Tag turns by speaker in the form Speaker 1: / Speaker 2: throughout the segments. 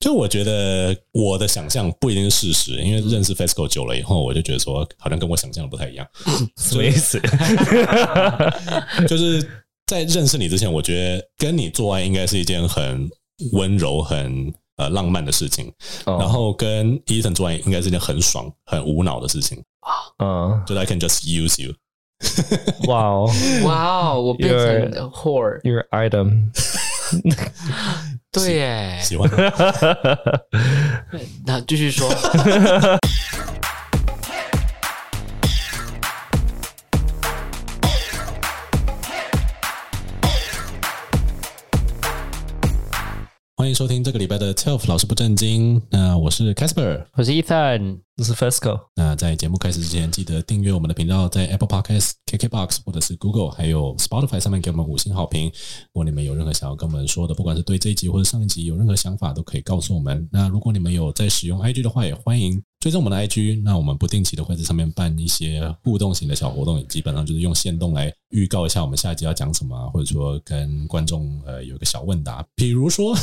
Speaker 1: 就我觉得我的想象不一定是事实，因为认识 E FESCO 久了以后，我就觉得说好像跟我想象的不太一样。
Speaker 2: 什么意思？
Speaker 1: 就是在认识你之前，我觉得跟你做爱应该是一件很温柔、很呃浪漫的事情，
Speaker 2: 哦
Speaker 1: 然后跟 Ethan 做爱应该是一件很爽、很无脑的事情。
Speaker 2: 嗯，
Speaker 1: 就是 I can just use you，
Speaker 2: 哇哦
Speaker 3: 哇哦，我变成 whore，
Speaker 2: ，Your item，
Speaker 3: 对耶，
Speaker 1: 喜欢吗。
Speaker 3: 那继续说，
Speaker 1: 欢迎收听这个礼拜的 Telf 老师不正经。那我是 Casper。
Speaker 3: 我是 Ethan，
Speaker 2: 这是 FESCO，
Speaker 1: 那在节目开始之前，记得订阅我们的频道，在 Apple Podcast、KKBox 或者是 Google 还有 Spotify 上面给我们五星好评。如果你们有任何想要跟我们说的，不管是对这一集或者上一集有任何想法，都可以告诉我们。那如果你们有在使用 IG 的话，也欢迎追踪我们的 IG。那我们不定期的会在上面办一些互动型的小活动，基本上就是用线动来预告一下我们下一集要讲什么啊，或者说跟观众呃有一个小问答。比如说，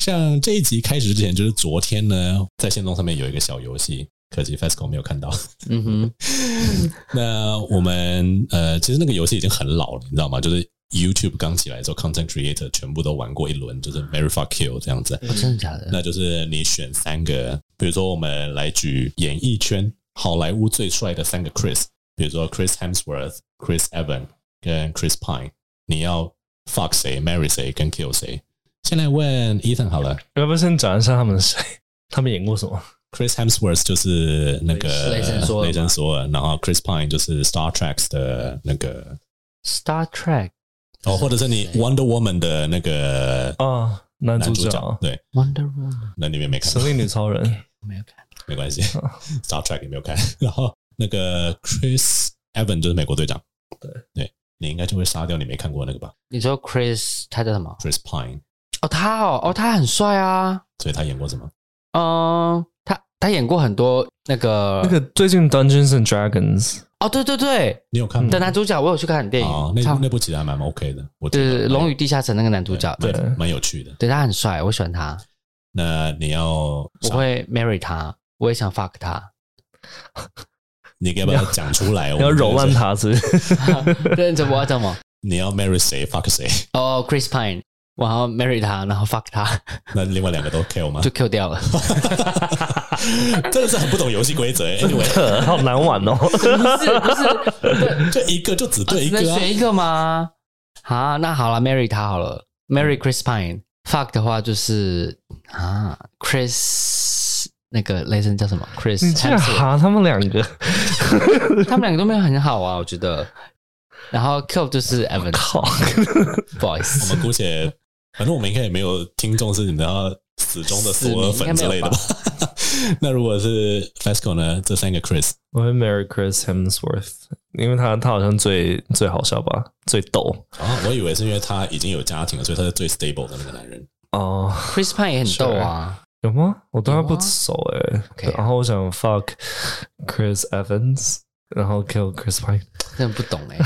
Speaker 1: 像这一集开始之前，就是昨天呢，在线动上面有一个小游戏。可惜 E FESCO 没有看到。
Speaker 3: 嗯哼，
Speaker 1: 那我们呃，其实那个游戏已经很老了，你知道吗？就是 YouTube 刚起来的时候，Content Creator 全部都玩过一轮，就是 Mary Fuck Kill 这样子。
Speaker 3: 哦真的假的？
Speaker 1: 那就是你选三个，比如说我们来举演艺圈好莱坞最帅的三个 Chris，比如说 Chris Hemsworth、Chris Evans 跟 Chris Pine，你要 fuck 谁、marry 谁跟 kill 谁？先来问 Ethan 好了
Speaker 2: 要呃不要先讲一下他们是谁？ 他们演过什么？
Speaker 1: ，Chris Hemsworth 就是那个
Speaker 3: 雷神索尔嘛
Speaker 1: 雷神索尔，然后 Chris Pine 就是 Star Trek 的那个
Speaker 3: Star Trek
Speaker 1: 哦，或者是你 Wonder Woman 的那个
Speaker 2: 啊，男
Speaker 1: 男
Speaker 2: 主
Speaker 1: 主
Speaker 2: 角，
Speaker 1: 角，对，
Speaker 3: Wonder Woman
Speaker 1: 那里面没看
Speaker 2: 神力女超 人，
Speaker 3: 没有看，
Speaker 1: 没关系，Star Trek 也没有看。 然后那个 Chris Evan 就是美国队长，
Speaker 2: 对
Speaker 1: 对，你应该就会杀掉你没看过那个吧
Speaker 3: 你说 Chris 他叫什么？
Speaker 1: ，Chris Pine，
Speaker 3: 哦，他哦，哦，他很帅啊，
Speaker 1: 所以他演过什么？
Speaker 3: 嗯，他他演过很多那个
Speaker 2: 那个最近 Dungeons and Dragons
Speaker 3: 哦，对对对
Speaker 1: 你有看吗
Speaker 3: 的？男主角，我有去看电
Speaker 1: 哦那
Speaker 3: 影，，嗯他
Speaker 1: 那部其实还蛮 OK 的，我觉
Speaker 3: 对
Speaker 1: 得
Speaker 3: 对对《龙与地下城》那个男主角，
Speaker 1: 对
Speaker 3: 对，
Speaker 2: 对
Speaker 1: 蛮有趣的。
Speaker 3: 他很帅，我喜欢他，
Speaker 1: 那你要
Speaker 3: 我
Speaker 1: 杀，
Speaker 3: 会 marry 他，我也想 fuck 他，
Speaker 1: 你要不要讲出来？
Speaker 2: 要
Speaker 1: 我们
Speaker 2: 扰乱
Speaker 1: 就是，
Speaker 2: 他是不是
Speaker 3: 认真我要怎么？
Speaker 1: 你要 marry 谁，fuck 谁？
Speaker 3: 哦，Chris Pine，我要 marry 他，然后 fuck 他，
Speaker 1: 那另外两个都 kill 吗
Speaker 3: 就？Q 掉了。
Speaker 1: 真的是很不懂游戏规则。Anyway， 欸
Speaker 2: 好难玩哦。
Speaker 3: 不是不是，
Speaker 1: 就一个就只对一
Speaker 3: 能
Speaker 1: 个啊。
Speaker 3: 选一个吗？啊，那好了，marry 他好了，marry Chris Pine。fuck 的话就是啊，Chris 那个雷神叫什么 ？Chris，
Speaker 2: 你竟然
Speaker 3: Hemsworth
Speaker 2: 哈他们两个，
Speaker 3: 他们两个都没有很好啊，我觉得。然后 Q 就是 Evan，
Speaker 2: 靠！
Speaker 3: 不好意
Speaker 1: 我
Speaker 3: 思，
Speaker 1: 们姑且，反正我们应该也没有听众是你知道死忠的索尔粉之类的吧？ 那如果是 FESCO 呢？这三个 Chris
Speaker 2: 我会 marry Chris Hemsworth，因为他他好像最最好笑吧，最逗
Speaker 1: 啊，我以为是因为他已经有家庭了，所以他是最 stable 的那个男人。
Speaker 2: 哦。
Speaker 3: Chris Pine 也很逗啊。
Speaker 2: 有吗？我对他
Speaker 3: 有啊
Speaker 2: 不熟哎、
Speaker 3: OK 啊
Speaker 2: 然后我想 fuck Chris Evans，然后 kill Chris Pine。
Speaker 3: 真的不懂 哎、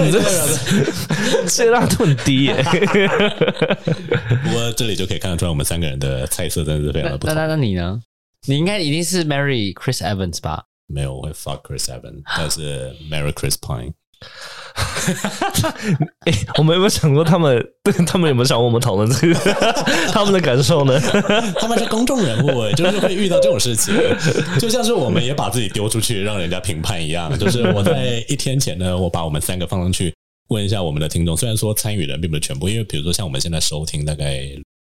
Speaker 2: 你这个接纳度很低 耶、
Speaker 1: 不过这里就可以看得出来，我们三个人的菜色真的是非常的不
Speaker 3: 那那
Speaker 1: 同。
Speaker 3: 那你呢？你应该一定是 marry Chris Evans 吧？
Speaker 1: 没有，我会 fuck Chris Evan，但是 marry Chris Pine。
Speaker 2: 欸我们有没有想过他们？ 对他们有没有想过我们讨论这个？ 他们的感受呢？
Speaker 1: 他们是公众人物，就是会遇到这种事情，就像是我们也把自己丢出去让人家评判一样。就是我在一天前呢，我把我们三个放上去，问一下我们的听众。虽然说参与的人并不是全部，因为比如说像我们现在收听，大概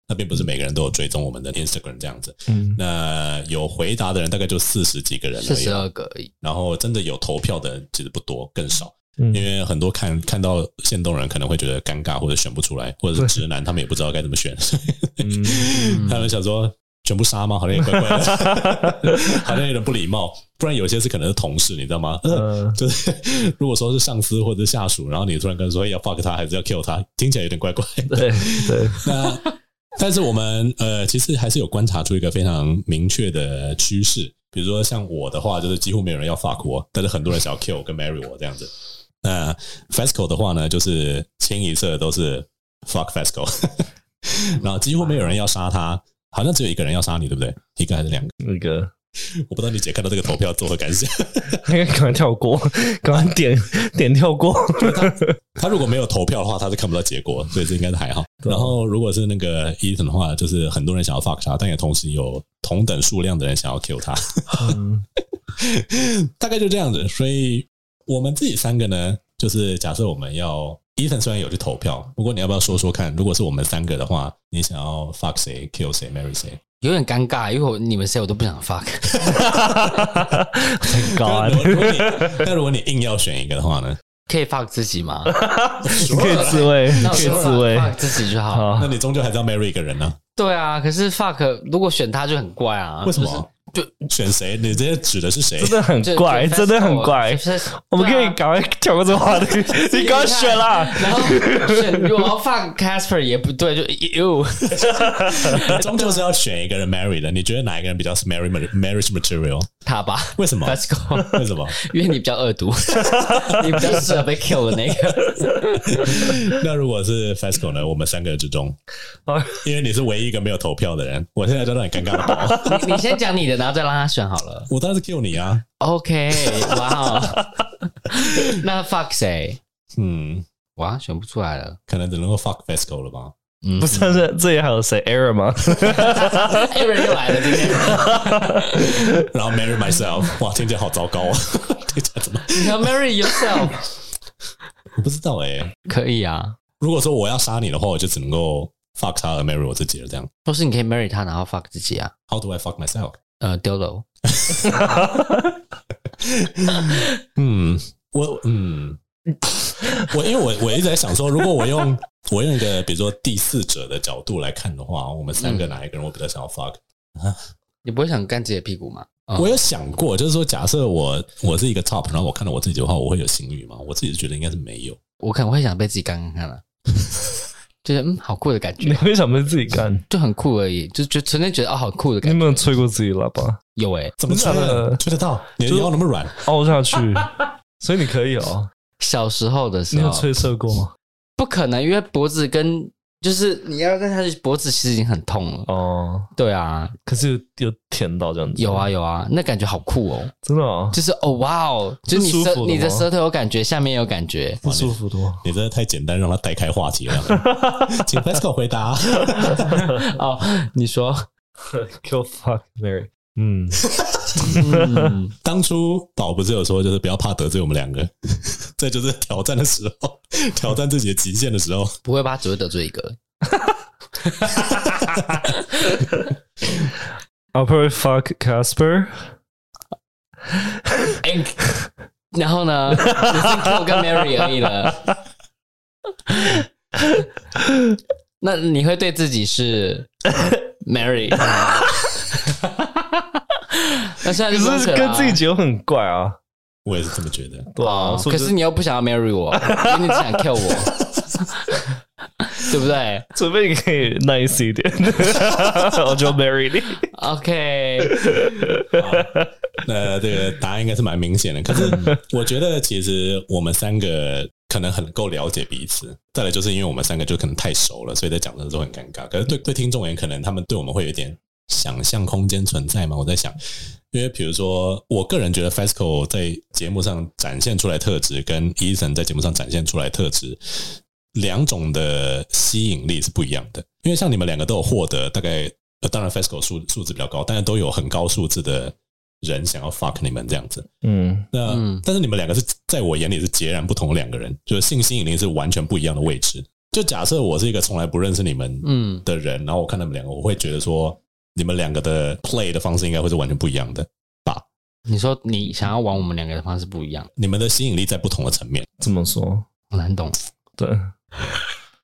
Speaker 1: 那并不是每个人都有追踪我们的 Instagram 这样子。
Speaker 2: 嗯，
Speaker 1: 那有回答的人大概就四十几个人
Speaker 3: 四
Speaker 1: 而已
Speaker 3: 十，二个而已。
Speaker 1: 然后真的有投票的人其实不多，更少。
Speaker 2: 嗯
Speaker 1: 因为很多看看到现动人可能会觉得尴尬，或者选不出来，或者是直男，他们也不知道该怎么选。
Speaker 2: 嗯
Speaker 1: 他们想说全部杀吗？好像也怪怪的，好像有点不礼貌。不然有些是可能是同事，你知道吗？
Speaker 2: 呃
Speaker 1: 就是 如果说是上司或者是下属，然后你突然跟他说哎要 fuck 他还是要 kill 他，听起来有点怪怪的。
Speaker 2: 对对，
Speaker 1: 那但是我们呃，其实还是有观察出一个非常明确的趋势。比如说像我的话，就是几乎没有人要 fuck 我，但是很多人想要 kill 我跟 marry 我这样子。那 FESCO 的话呢，就是清一色都是 fuck FESCO， 然后几乎没有人要杀他，好像只有一个人要杀你，对不对？一个还是两个？
Speaker 2: 那个
Speaker 1: 我不知道你姐看到这个投票作何感 想。
Speaker 2: 应该赶快跳过， 赶快点点跳过。
Speaker 1: 他如果没有投票的话，他是看不到结果，所以这应该是还好。
Speaker 2: 对啊
Speaker 1: 然后如果是那个 Ethan 的话，就是很多人想要 fuck 他，但也同时有同等数量的人想要 kill 他，
Speaker 2: 嗯
Speaker 1: 大概就这样子。所以我们自己三个呢，就是假设我们要 Ethan 虽然有去投票，不过你要不要说说看，如果是我们三个的话，你想要 fuck 谁、kill 谁、marry 谁？
Speaker 3: 有点尴尬，因为我你们谁我都不想 fuck。
Speaker 1: 但
Speaker 2: ，Thank God，
Speaker 1: 如果你 但如果你硬要选一个的话呢？
Speaker 3: 可以 fuck 自己 吗？
Speaker 2: 你 可以自啊慰，
Speaker 3: 那
Speaker 2: 可
Speaker 3: 我
Speaker 2: 以
Speaker 3: 就
Speaker 2: 自慰
Speaker 3: fuck 自己就好。
Speaker 1: 那
Speaker 2: 好，
Speaker 1: 你终究还是要 marry 一个人呢、
Speaker 3: 对啊，可是 fuck 如果选他就很怪啊。
Speaker 1: 为什么？
Speaker 3: 就
Speaker 1: 选谁？你这些指的是谁？
Speaker 2: 真的很
Speaker 3: 就？就
Speaker 2: 怪，
Speaker 3: 就
Speaker 2: 真的很怪。
Speaker 3: 就是
Speaker 2: 我们可
Speaker 3: 对
Speaker 2: 以
Speaker 3: 啊
Speaker 2: 赶快跳过这个话 题，你赶快选啦！
Speaker 3: 然后选我要 fuck Casper 也不对，就 you
Speaker 1: 你终究是要选一个人 marry 的。你觉得哪一个人比较是 marry marriage material？
Speaker 3: 他吧。
Speaker 1: 为什么？
Speaker 3: Let's go，
Speaker 1: 为什么？
Speaker 3: 因为你比较恶毒，你比较适合被 kill 的那个。
Speaker 1: 那如果是 Fasco 呢？我们三个之中，
Speaker 2: 啊
Speaker 1: 因为你是唯一一个没有投票的人，我现在就让你尴尬的爆。
Speaker 3: 你你先讲你的，然后再让他选好了。
Speaker 1: 我当然是 kill 你啊。
Speaker 3: OK，哇哦，那 fuck 谁？
Speaker 1: 嗯，
Speaker 3: 哇，选不出来了。
Speaker 1: 可能只能够 fuck Fasco 了吧？
Speaker 3: 嗯
Speaker 2: 不是，但是这里还有谁？Aaron 吗？
Speaker 3: ，Aaron 又来了今天。
Speaker 1: 然后 marry myself，哇，听起来好糟糕 啊！听起来怎么？
Speaker 3: 你要 marry yourself
Speaker 1: 我不知道哎、
Speaker 3: 可以啊，
Speaker 1: 如果说我要杀你的话，我就只能够 fuck 他而 marry 我自己了。这样
Speaker 3: 或是你可以 marry 他，然后 fuck 自己啊。
Speaker 1: ，How do I fuck myself？
Speaker 3: 呃，丢楼，
Speaker 1: 嗯，我嗯， 我因为我我一直在想说，如果我用我用一个比如说第四者的角度来看的话，我们三个哪一个人我比较想要 fuck？、
Speaker 3: 你不会想干自己的屁股吗？哦
Speaker 1: 我有想过，就是说，假设我我是一个 top，然后我看到我自己的话，我会有性欲吗？我自己是觉得应该是没有。
Speaker 3: 我可能会想被自己干干看啊， 就是嗯，好酷的感
Speaker 2: 你
Speaker 3: 觉，
Speaker 2: 为什么自己干？
Speaker 3: 就很酷而已，就就纯粹觉得哦，好
Speaker 2: 你
Speaker 3: 酷的
Speaker 2: 有
Speaker 3: 感觉。
Speaker 2: 没有吹过自己喇叭？
Speaker 3: 有欸诶、
Speaker 1: 怎么吹
Speaker 2: 真的
Speaker 1: 的？吹得到？你的腰那么软？
Speaker 2: 凹下 去，所以你可以哦。
Speaker 3: 小时候的
Speaker 2: 你
Speaker 3: 时
Speaker 2: 有
Speaker 3: 候
Speaker 2: 吹射过吗？
Speaker 3: 不可能，因为脖子跟就是你要跟下去，脖子其实已经很痛了。
Speaker 2: 哦，
Speaker 3: 对啊，
Speaker 2: 可是有有舔到这样子，
Speaker 3: 有啊，有啊，那感觉好酷哦，
Speaker 2: 真的哦，
Speaker 3: 就是哦哇哦，就是你
Speaker 2: 是舒
Speaker 3: 舌
Speaker 2: 服的
Speaker 3: 你的
Speaker 2: 吗
Speaker 3: 舌头有感觉，下面有感觉，
Speaker 2: 不舒服的哦。
Speaker 1: 你真的太简单，让他带开话题了。 请 Pascal 回答。
Speaker 3: 哦，你说，
Speaker 2: Kill fuck Mary。嗯，
Speaker 3: 嗯，
Speaker 1: 当初宝不是有说，就是不要怕得罪我们两个， 这就是挑战的时候，挑战自己的极限的时候。
Speaker 3: 不会吧？只会得罪一个。
Speaker 2: I'll probably fuck Casper。
Speaker 3: 哎，然后呢，只是 Q 跟 Mary 而已了。 那你会对自己是 Mary？那现在
Speaker 2: 可
Speaker 3: 就不
Speaker 2: 是
Speaker 3: 可能
Speaker 2: 跟
Speaker 3: 啊
Speaker 2: 自己结婚很怪啊，
Speaker 1: 我也是这么觉得。
Speaker 2: 对啊，
Speaker 3: 哦，
Speaker 2: 所以
Speaker 3: 可
Speaker 2: 就是
Speaker 3: 你又不想要 marry 我，因为你只想 kill 我，对不对
Speaker 2: 准备你可以 nice 一点， 我就 marry 你。
Speaker 3: ？OK，
Speaker 1: 那这个答案应该是蛮明显的。可是我觉得，其实我们三个可能很够了解彼此。再来就是因为我们三个就可能太熟了，所以在讲的时候很尴尬。可是对对听众也可能他们对我们会有一点想象空间存在嘛？我在想，因为比如说，我个人觉得 E FESCO 在节目上展现出来特质，跟 Eason 在节目上展现出来特质，两种的吸引力是不一样的。因为像你们两个都有获得大概，呃、当然 FESCO 数数字比较高，但是都有很高数字的人想要 fuck 你们这样子。
Speaker 2: 嗯，
Speaker 1: 那、
Speaker 3: 嗯
Speaker 1: 但是你们两个是在我眼里是截然不同的两个人，就是性吸引力是完全不一样的位置。就假设我是一个从来不认识你们
Speaker 3: 嗯，
Speaker 1: 的人，然后我看他们两个，我会觉得说你们两个的 play 的方式应该会是完全不一样的。
Speaker 3: 你说你想要玩我们两个的方式不一样，
Speaker 1: 你们的吸引力在不同的层面，
Speaker 2: 怎么说？
Speaker 3: 我难 懂。
Speaker 2: 对，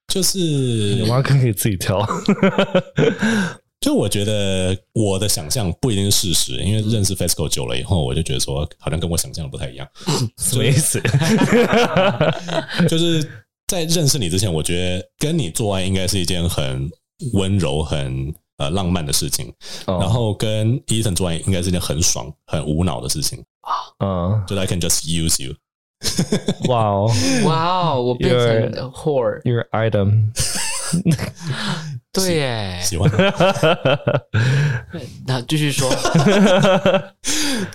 Speaker 1: 就是
Speaker 2: 你挖坑可以自己挑。
Speaker 1: 就我觉得我的想象不一定是事实，因为认识 E FESCO 久了以后，我就觉得说好像跟我想象的不太一样。
Speaker 2: 什么意思？
Speaker 1: 就是在认识你之前，我觉得跟你做爱应该是一件很温柔、很呃浪漫的事情，然
Speaker 2: 然
Speaker 1: 后跟 Ethan 做爱应该是一件很爽、很无脑的事情，
Speaker 2: 嗯，
Speaker 1: 就是 I can just use you。
Speaker 2: 哇哦
Speaker 3: 哇哦，我变成
Speaker 2: You're-
Speaker 3: whore，
Speaker 2: ，your item，
Speaker 3: 对耶，
Speaker 1: 喜欢吗
Speaker 3: 那继续说，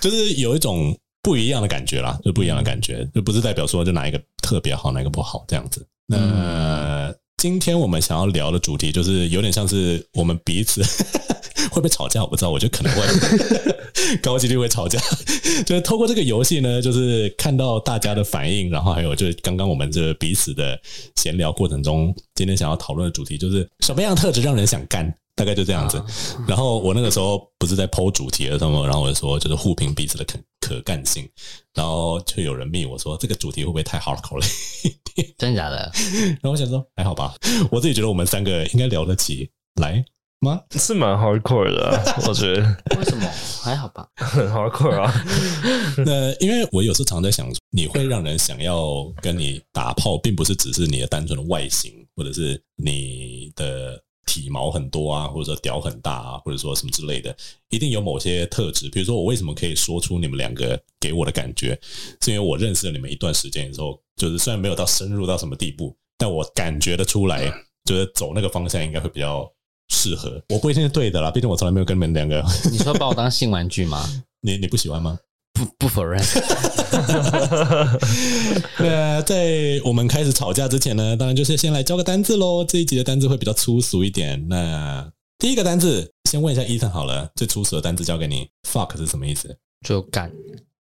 Speaker 1: 就是有一种不一样的感觉啦，就不一样的感觉，就不是代表说就哪一个特别好，哪一个不好这样子。那今天我们想要聊的主题，就是有点像是我们彼此 会不会吵架，我不知道，我觉得可能会 高几率会吵架。就是透过这个游戏呢，就是看到大家的反应，然后还有就是刚刚我们这彼此的闲聊过程中，今天想要讨论的主题就是什么样的特质让人想干。大概就这样子，然后我那个时候不是在剖主题的时候，然后我就说就是互评彼此的可可干性，然后就有人密我说这个主题会不会太 hardcore 了？
Speaker 3: 真的假的？
Speaker 1: 然后我想说还好吧，我自己觉得我们三个应该聊得起来吗？
Speaker 2: 是蛮 hardcore 的啊、我觉得
Speaker 3: 为什么？还好吧。
Speaker 2: 很 hardcore 啊。
Speaker 1: 那因为我有时常在想，你会让人想要跟你打炮，并不是只是你的单纯的外形，或者是你的体毛很多啊，或者说屌很大啊，或者说什么之类的，一定有某些特质。比如说，我为什么可以说出你们两个给我的感觉，是因为我认识了你们一段时间之后，就是虽然没有到深入到什么地步，但我感觉得出来，就是走那个方向应该会比较。适合我不一定是对的啦，毕竟我从来没有跟你们两个，
Speaker 3: 你说把我当性玩具吗？
Speaker 1: 你你不喜欢吗？
Speaker 3: 不 不否认，
Speaker 1: 那啊在我们开始吵架之前呢，当然就是先来教个单字喽。这一集的单字会比较粗俗一点。那第一个单字，先问一下伊森好了，最粗俗的单字交给你，fuck 是什么意思？
Speaker 3: 就干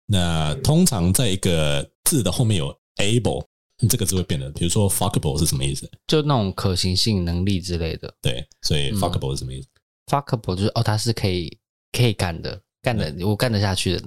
Speaker 1: 那通常在一个字的后面有 able，这个字会变得，比如说 fuckable 是什么意思？
Speaker 3: 就那种可行性能力之类的。
Speaker 1: 对，所以
Speaker 3: 嗯
Speaker 1: fuckable 是什么意思？
Speaker 3: fuckable 就是哦，它是可以可以干的，干的我干得下去的。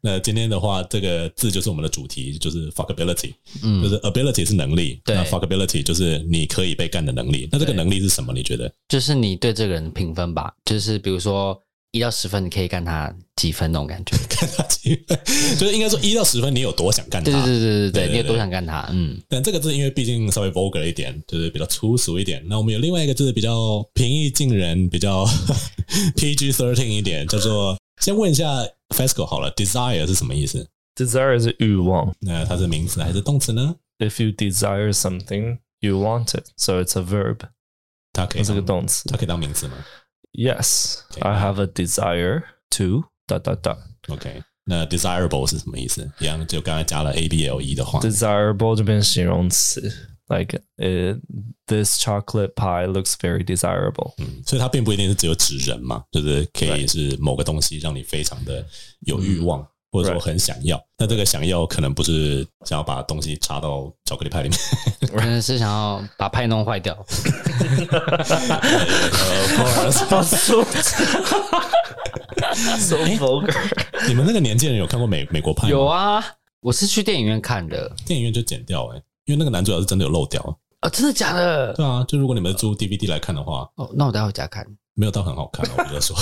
Speaker 1: 那今天的话，这个字就是我们的主题，就是 fuckability。
Speaker 3: 嗯，
Speaker 1: 就是 ability 是能力，
Speaker 3: 对
Speaker 1: 那 fuckability 就是你可以被干的能力。那这个
Speaker 3: 对
Speaker 1: 能力是什么？你觉得？
Speaker 3: 就是你对这个人评分吧，就是比如说一到十分，你可以干他几分那种感觉。
Speaker 1: 干他几分？ 就是应该说一到十分，你有多想干他？
Speaker 3: 对对对对
Speaker 1: 对
Speaker 3: 对对，
Speaker 1: 对
Speaker 3: 你有多想干他？ 嗯，
Speaker 1: 但这个字因为毕竟稍微 vulgar 一点，就是比较粗俗一点。那我们有另外一个字比较平易近人，比较 PG thirteen 一点，叫做先问一下 Fasco 好了，desire 是什么意思？
Speaker 2: Desire 是欲望
Speaker 1: 那它是名词还是动词呢？
Speaker 2: ，If you desire something, you want it, so it's a verb，
Speaker 1: 它可以
Speaker 2: 这个
Speaker 1: 当
Speaker 2: 动词
Speaker 1: 它。可以当名词吗
Speaker 2: Yes,
Speaker 1: Okay.
Speaker 2: I have a desire to dot dot dot
Speaker 1: ？OK，那 desirable 是什么意思？一样就刚才加了 a b l e 的话，
Speaker 2: desirable 这边形容词，like 呃、this chocolate pie looks very desirable。
Speaker 1: 嗯，所以它并不一定是只有指人嘛，就是可以是某个东西让你非常的有
Speaker 3: 嗯
Speaker 1: 欲望，或者说
Speaker 2: Right
Speaker 1: 很想要。那这个想要可能不是想要把东西插到巧克力派里面。
Speaker 3: 真的是想要把派弄坏掉。呃
Speaker 2: so so vulgar。
Speaker 1: 你们那个年纪人有看过美美国派吗？
Speaker 3: 有，啊，我是去电影院看的。
Speaker 1: 电影院就剪掉哎、欸因为那个男主角是真的有漏掉。啊
Speaker 3: 哦，真的假的？
Speaker 1: 对啊，就如果你们租 DVD 来看的话，
Speaker 3: 哦，那我待会家看。
Speaker 1: 没有到很好看、啊，我觉得 说。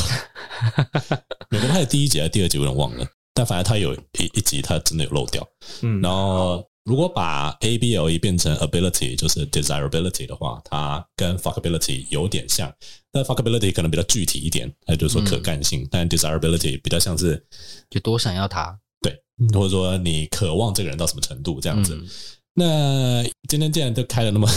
Speaker 1: 美国派的第一集还是第二集，我有点忘了。但反正他有一一集，他真的有漏掉。
Speaker 2: 嗯
Speaker 1: 然后，如果把 A B L E 变成 ability，就是 desirability 的话，它跟 fuckability 有点像。但 fuckability 可能比较具体一点，那就是说可干性；但 desirability 比较像是
Speaker 3: 有多想要他？
Speaker 1: 对，或者说你渴望这个人到什么程度这样子。
Speaker 3: 嗯
Speaker 1: 那今天既然都开了那么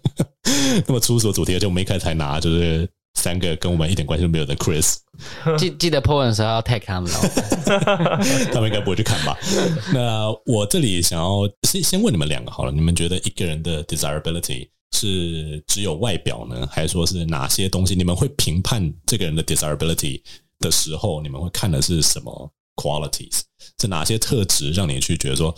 Speaker 1: 那么粗俗的主题，而且我们一开始才拿就是三个跟我们一点关系都没有的 Chris，
Speaker 3: 记记得 po 文的时候要 tag 他们哦。
Speaker 1: 他们应该不会去看吧？ 那我这里想要先先问你们两个好了，你们觉得一个人的 desirability 是只有外表呢，还是说是哪些东西？你们会评判这个人的 desirability 的时候，你们会看的是什么 qualities？是哪些特质让你去觉得说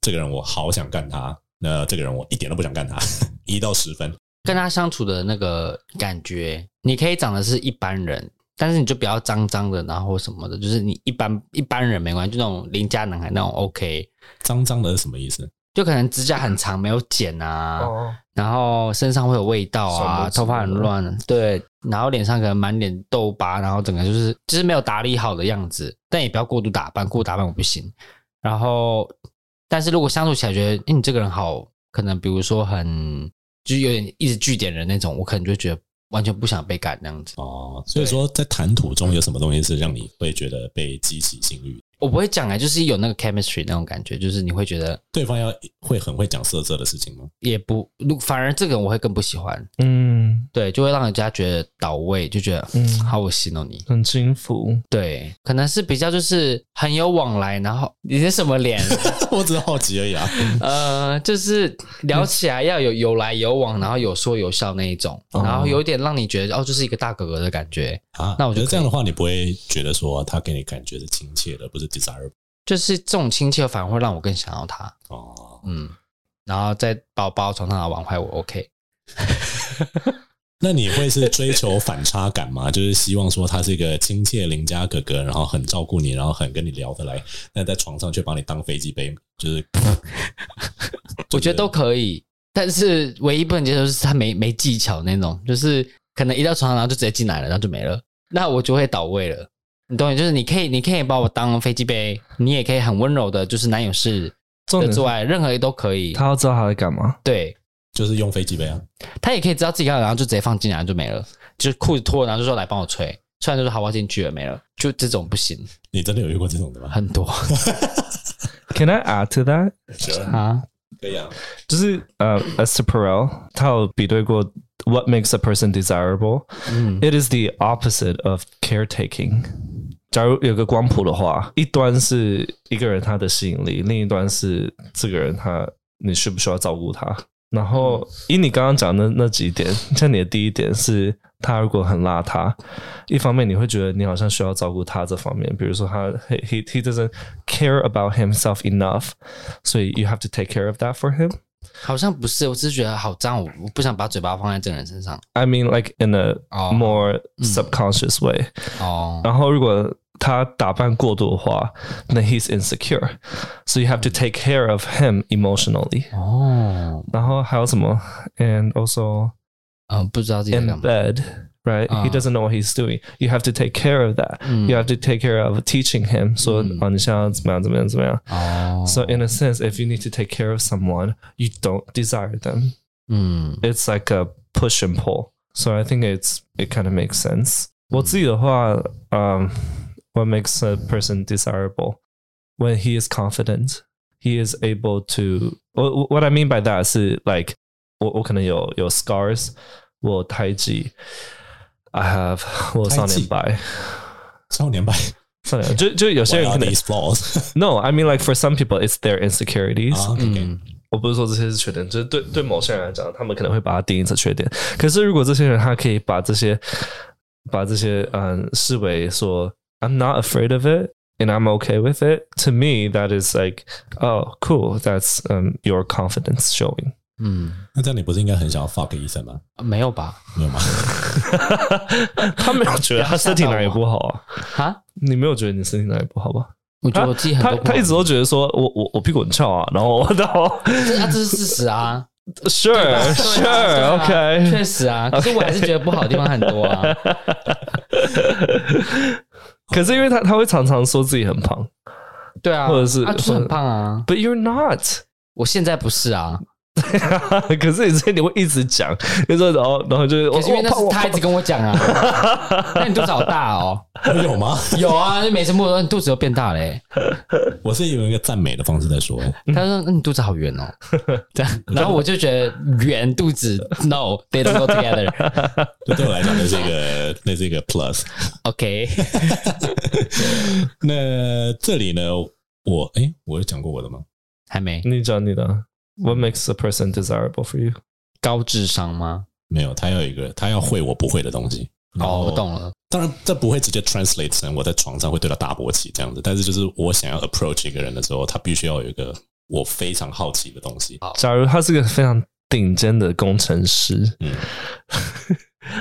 Speaker 1: 这个人我好想干他？那这个人我一点都不想干他， 一到十分。
Speaker 3: 跟他相处的那个感觉，你可以长得是一般人，但是你就不要脏脏的，然后什么的，就是你一般一般人没关系，就那种邻家男孩那种 OK，
Speaker 1: 脏脏的是什么意思？
Speaker 3: 就可能指甲很长没有剪啊，
Speaker 2: 哦，
Speaker 3: 然后身上会有味道
Speaker 2: 手
Speaker 3: 啊，
Speaker 2: 指
Speaker 3: 头发很乱，对，然后脸上可能满脸痘疤，然后整个就是就是没有打理好的样子，但也不要过度打扮，过度打扮我不行。然后，但是如果相处起来觉得，诶你这个人好，可能比如说很就是有点一直据点人那种，我可能就觉得完全不想被干那样子。
Speaker 1: 哦，所以说在谈吐中有什么东西是让你会觉得被激起性欲？
Speaker 3: 我不会讲哎、就是有那个 chemistry 那种感觉，就是你会觉得
Speaker 1: 对方要会很会讲色色的事情吗？
Speaker 3: 也不，如反而这个我会更不喜欢，
Speaker 2: 嗯
Speaker 3: 对，就会让人家觉得倒胃，就觉得嗯
Speaker 2: 嗯，
Speaker 3: 好恶心哦你。
Speaker 2: 很轻浮，
Speaker 3: 对，可能是比较就是很有往来，然后你是什么脸？
Speaker 1: 我只是好奇而已 啊。
Speaker 3: 呃，就是聊起来要有有来有往，然后有说有笑那一种，
Speaker 2: 哦
Speaker 3: 然后有一点让你觉得哦，就是一个大哥哥的感觉，
Speaker 1: 啊，
Speaker 3: 那我就
Speaker 1: 觉得这样的话，你不会觉得说他给你感觉是亲切的，不是 desirable
Speaker 3: 就是这种亲切反而会让我更想要他，
Speaker 1: 哦。
Speaker 3: 嗯，然后在宝宝床上玩坏我 OK，
Speaker 1: 那你会是追求反差感吗？ 就是希望说他是一个亲切邻家哥哥，然后很照顾你，然后很跟你聊得来，但在床上却把你当飞机杯，就是
Speaker 3: 我觉得都可以，但是唯一不能接受是他没没技巧那种，就是可能一到床上然后就直接进来了，然后就没了，那我就会倒胃了。你懂，就是你可以，你可以把我当飞机杯，你也可以很温柔的，就是男友式
Speaker 2: 重
Speaker 3: 的
Speaker 2: 点是
Speaker 3: 做爱，任何都可以。
Speaker 2: 他要知道他在干嘛。
Speaker 3: 对，
Speaker 1: 就是用飞机杯啊。
Speaker 3: 他也可以知道自己要，然后就直接放进来就没了，就裤子脱了，然后就说来帮我吹，吹完就说好，我要进去了，没了，就这种不行，
Speaker 1: 你真的有遇过这种的吗？
Speaker 3: 很多
Speaker 2: Can I add to that？
Speaker 3: 啊。
Speaker 1: 可以啊。
Speaker 2: 就是呃、e s t e r Perel 他有比对过 What makes a person desirable？
Speaker 3: 嗯
Speaker 2: It is the opposite of caretaking。假如有个光谱的话，一端是一个人他的吸引力，另一端是这个人他你需不需要照顾他。然后以你刚刚讲的那几点，像你的第一点是他如果很邋遢，一方面你会觉得你好像需要照顾他这方面，比如说他 he he he doesn't care about himself enough，所以 you have to take care of that for him。
Speaker 3: 好像不是，我只是觉得好脏，我我不想把嘴巴放在这个人身上。
Speaker 2: I mean like in a
Speaker 3: 哦
Speaker 2: more subconscious way、
Speaker 3: 哦，
Speaker 2: 然后如果他打扮过度的话，那 he's insecure，so you have to take care of him emotionally。
Speaker 3: 哦，
Speaker 2: 然后还有什么？And also
Speaker 3: 嗯，不知道自己在
Speaker 2: in
Speaker 3: 干嘛。
Speaker 2: bed, right? He
Speaker 3: 啊
Speaker 2: doesn't know what he's doing. You have to take care of that.
Speaker 3: 嗯
Speaker 2: You have to take care of teaching him. 说
Speaker 3: 嗯
Speaker 2: 啊，你现在要怎么样，怎么样，怎么样。
Speaker 3: 哦
Speaker 2: So in a sense, if you need to take care of someone, you don't desire them.
Speaker 3: 嗯
Speaker 2: It's like a push and pull. So I think it's it kind of makes sense. 我自己的话，嗯、w h a t makes a person desirable when he is confident, he is able to. 我 what I mean by that 是 like 我我可能有有 scars，我有胎记，I have 我有少
Speaker 1: 胎记
Speaker 2: 年白，
Speaker 1: 少 年派
Speaker 2: 少年就就有些
Speaker 1: What
Speaker 2: 人
Speaker 1: are
Speaker 2: 可能
Speaker 1: these flaws？
Speaker 2: no I mean like for some people it's their insecurities、
Speaker 1: 啊，OK，
Speaker 3: 嗯
Speaker 2: 我不是说这些是缺点，就是对对某些人来讲，他们可能会把它定义成缺点。可是如果这些人他可以把这些把这些嗯视为说 I'm not afraid of it and I'm okay with it. To me, that is like oh cool, that's um your confidence showing.
Speaker 3: 嗯，
Speaker 1: 那这样你不是应该很想要 fuck 医生吗？
Speaker 3: 没有吧？
Speaker 1: 没有吗？
Speaker 2: 他没有觉得他身体哪里不好啊？
Speaker 3: 啊，
Speaker 2: 你没有觉得你身体哪里不好吧？
Speaker 3: 我觉得我自己很
Speaker 2: 他
Speaker 3: 多不好
Speaker 2: 他一直都觉得说我我我屁股很翘啊，然后我然后
Speaker 3: 这啊，这是事实啊。 对啊
Speaker 2: sure
Speaker 3: 对啊
Speaker 2: sure
Speaker 3: 对啊
Speaker 2: OK
Speaker 3: 确实啊，可是我还是觉得不好的地方很多啊。
Speaker 2: 可是因为他他会常常说自己很胖
Speaker 3: 对啊，
Speaker 2: 或者是
Speaker 3: 啊，就是很胖啊。
Speaker 2: ，But you're not 。
Speaker 3: 我现在不是啊，
Speaker 2: 可是你所以你会一直讲，就说然后然后就是我
Speaker 3: 可是因为
Speaker 2: 我
Speaker 3: 那
Speaker 2: 胖
Speaker 3: 是
Speaker 2: 我
Speaker 3: 他一
Speaker 2: 胖
Speaker 3: 直跟我 讲啊。那你肚子好大哦。
Speaker 1: 有吗？
Speaker 3: 有啊，就每次摸的时候你肚子又变大嘞、
Speaker 1: 我是用一个赞美的方式在 说，
Speaker 3: 他说：“嗯，你肚子好圆哦。” 这样，然后我就觉得圆肚子，no，they don't go together。
Speaker 1: 这对我来讲那是一个 那是一个 plus。
Speaker 3: OK，
Speaker 1: 那这里呢，我哎、我有讲过我的吗？
Speaker 3: 还没
Speaker 2: 你讲你的。What makes a person desirable for you？
Speaker 3: 高智商吗？
Speaker 1: 没有，他要有一个他要会我不会的东西。然
Speaker 3: 哦，
Speaker 1: 后
Speaker 3: 我懂了。
Speaker 1: 当然，这不会直接 translate 成我在床上会对他大勃起这样子，但是就是我想要 approach 一个人的时候，他必须要有一个我非常好奇的东西。
Speaker 2: 假如他是个非常顶尖的工程师，
Speaker 1: 嗯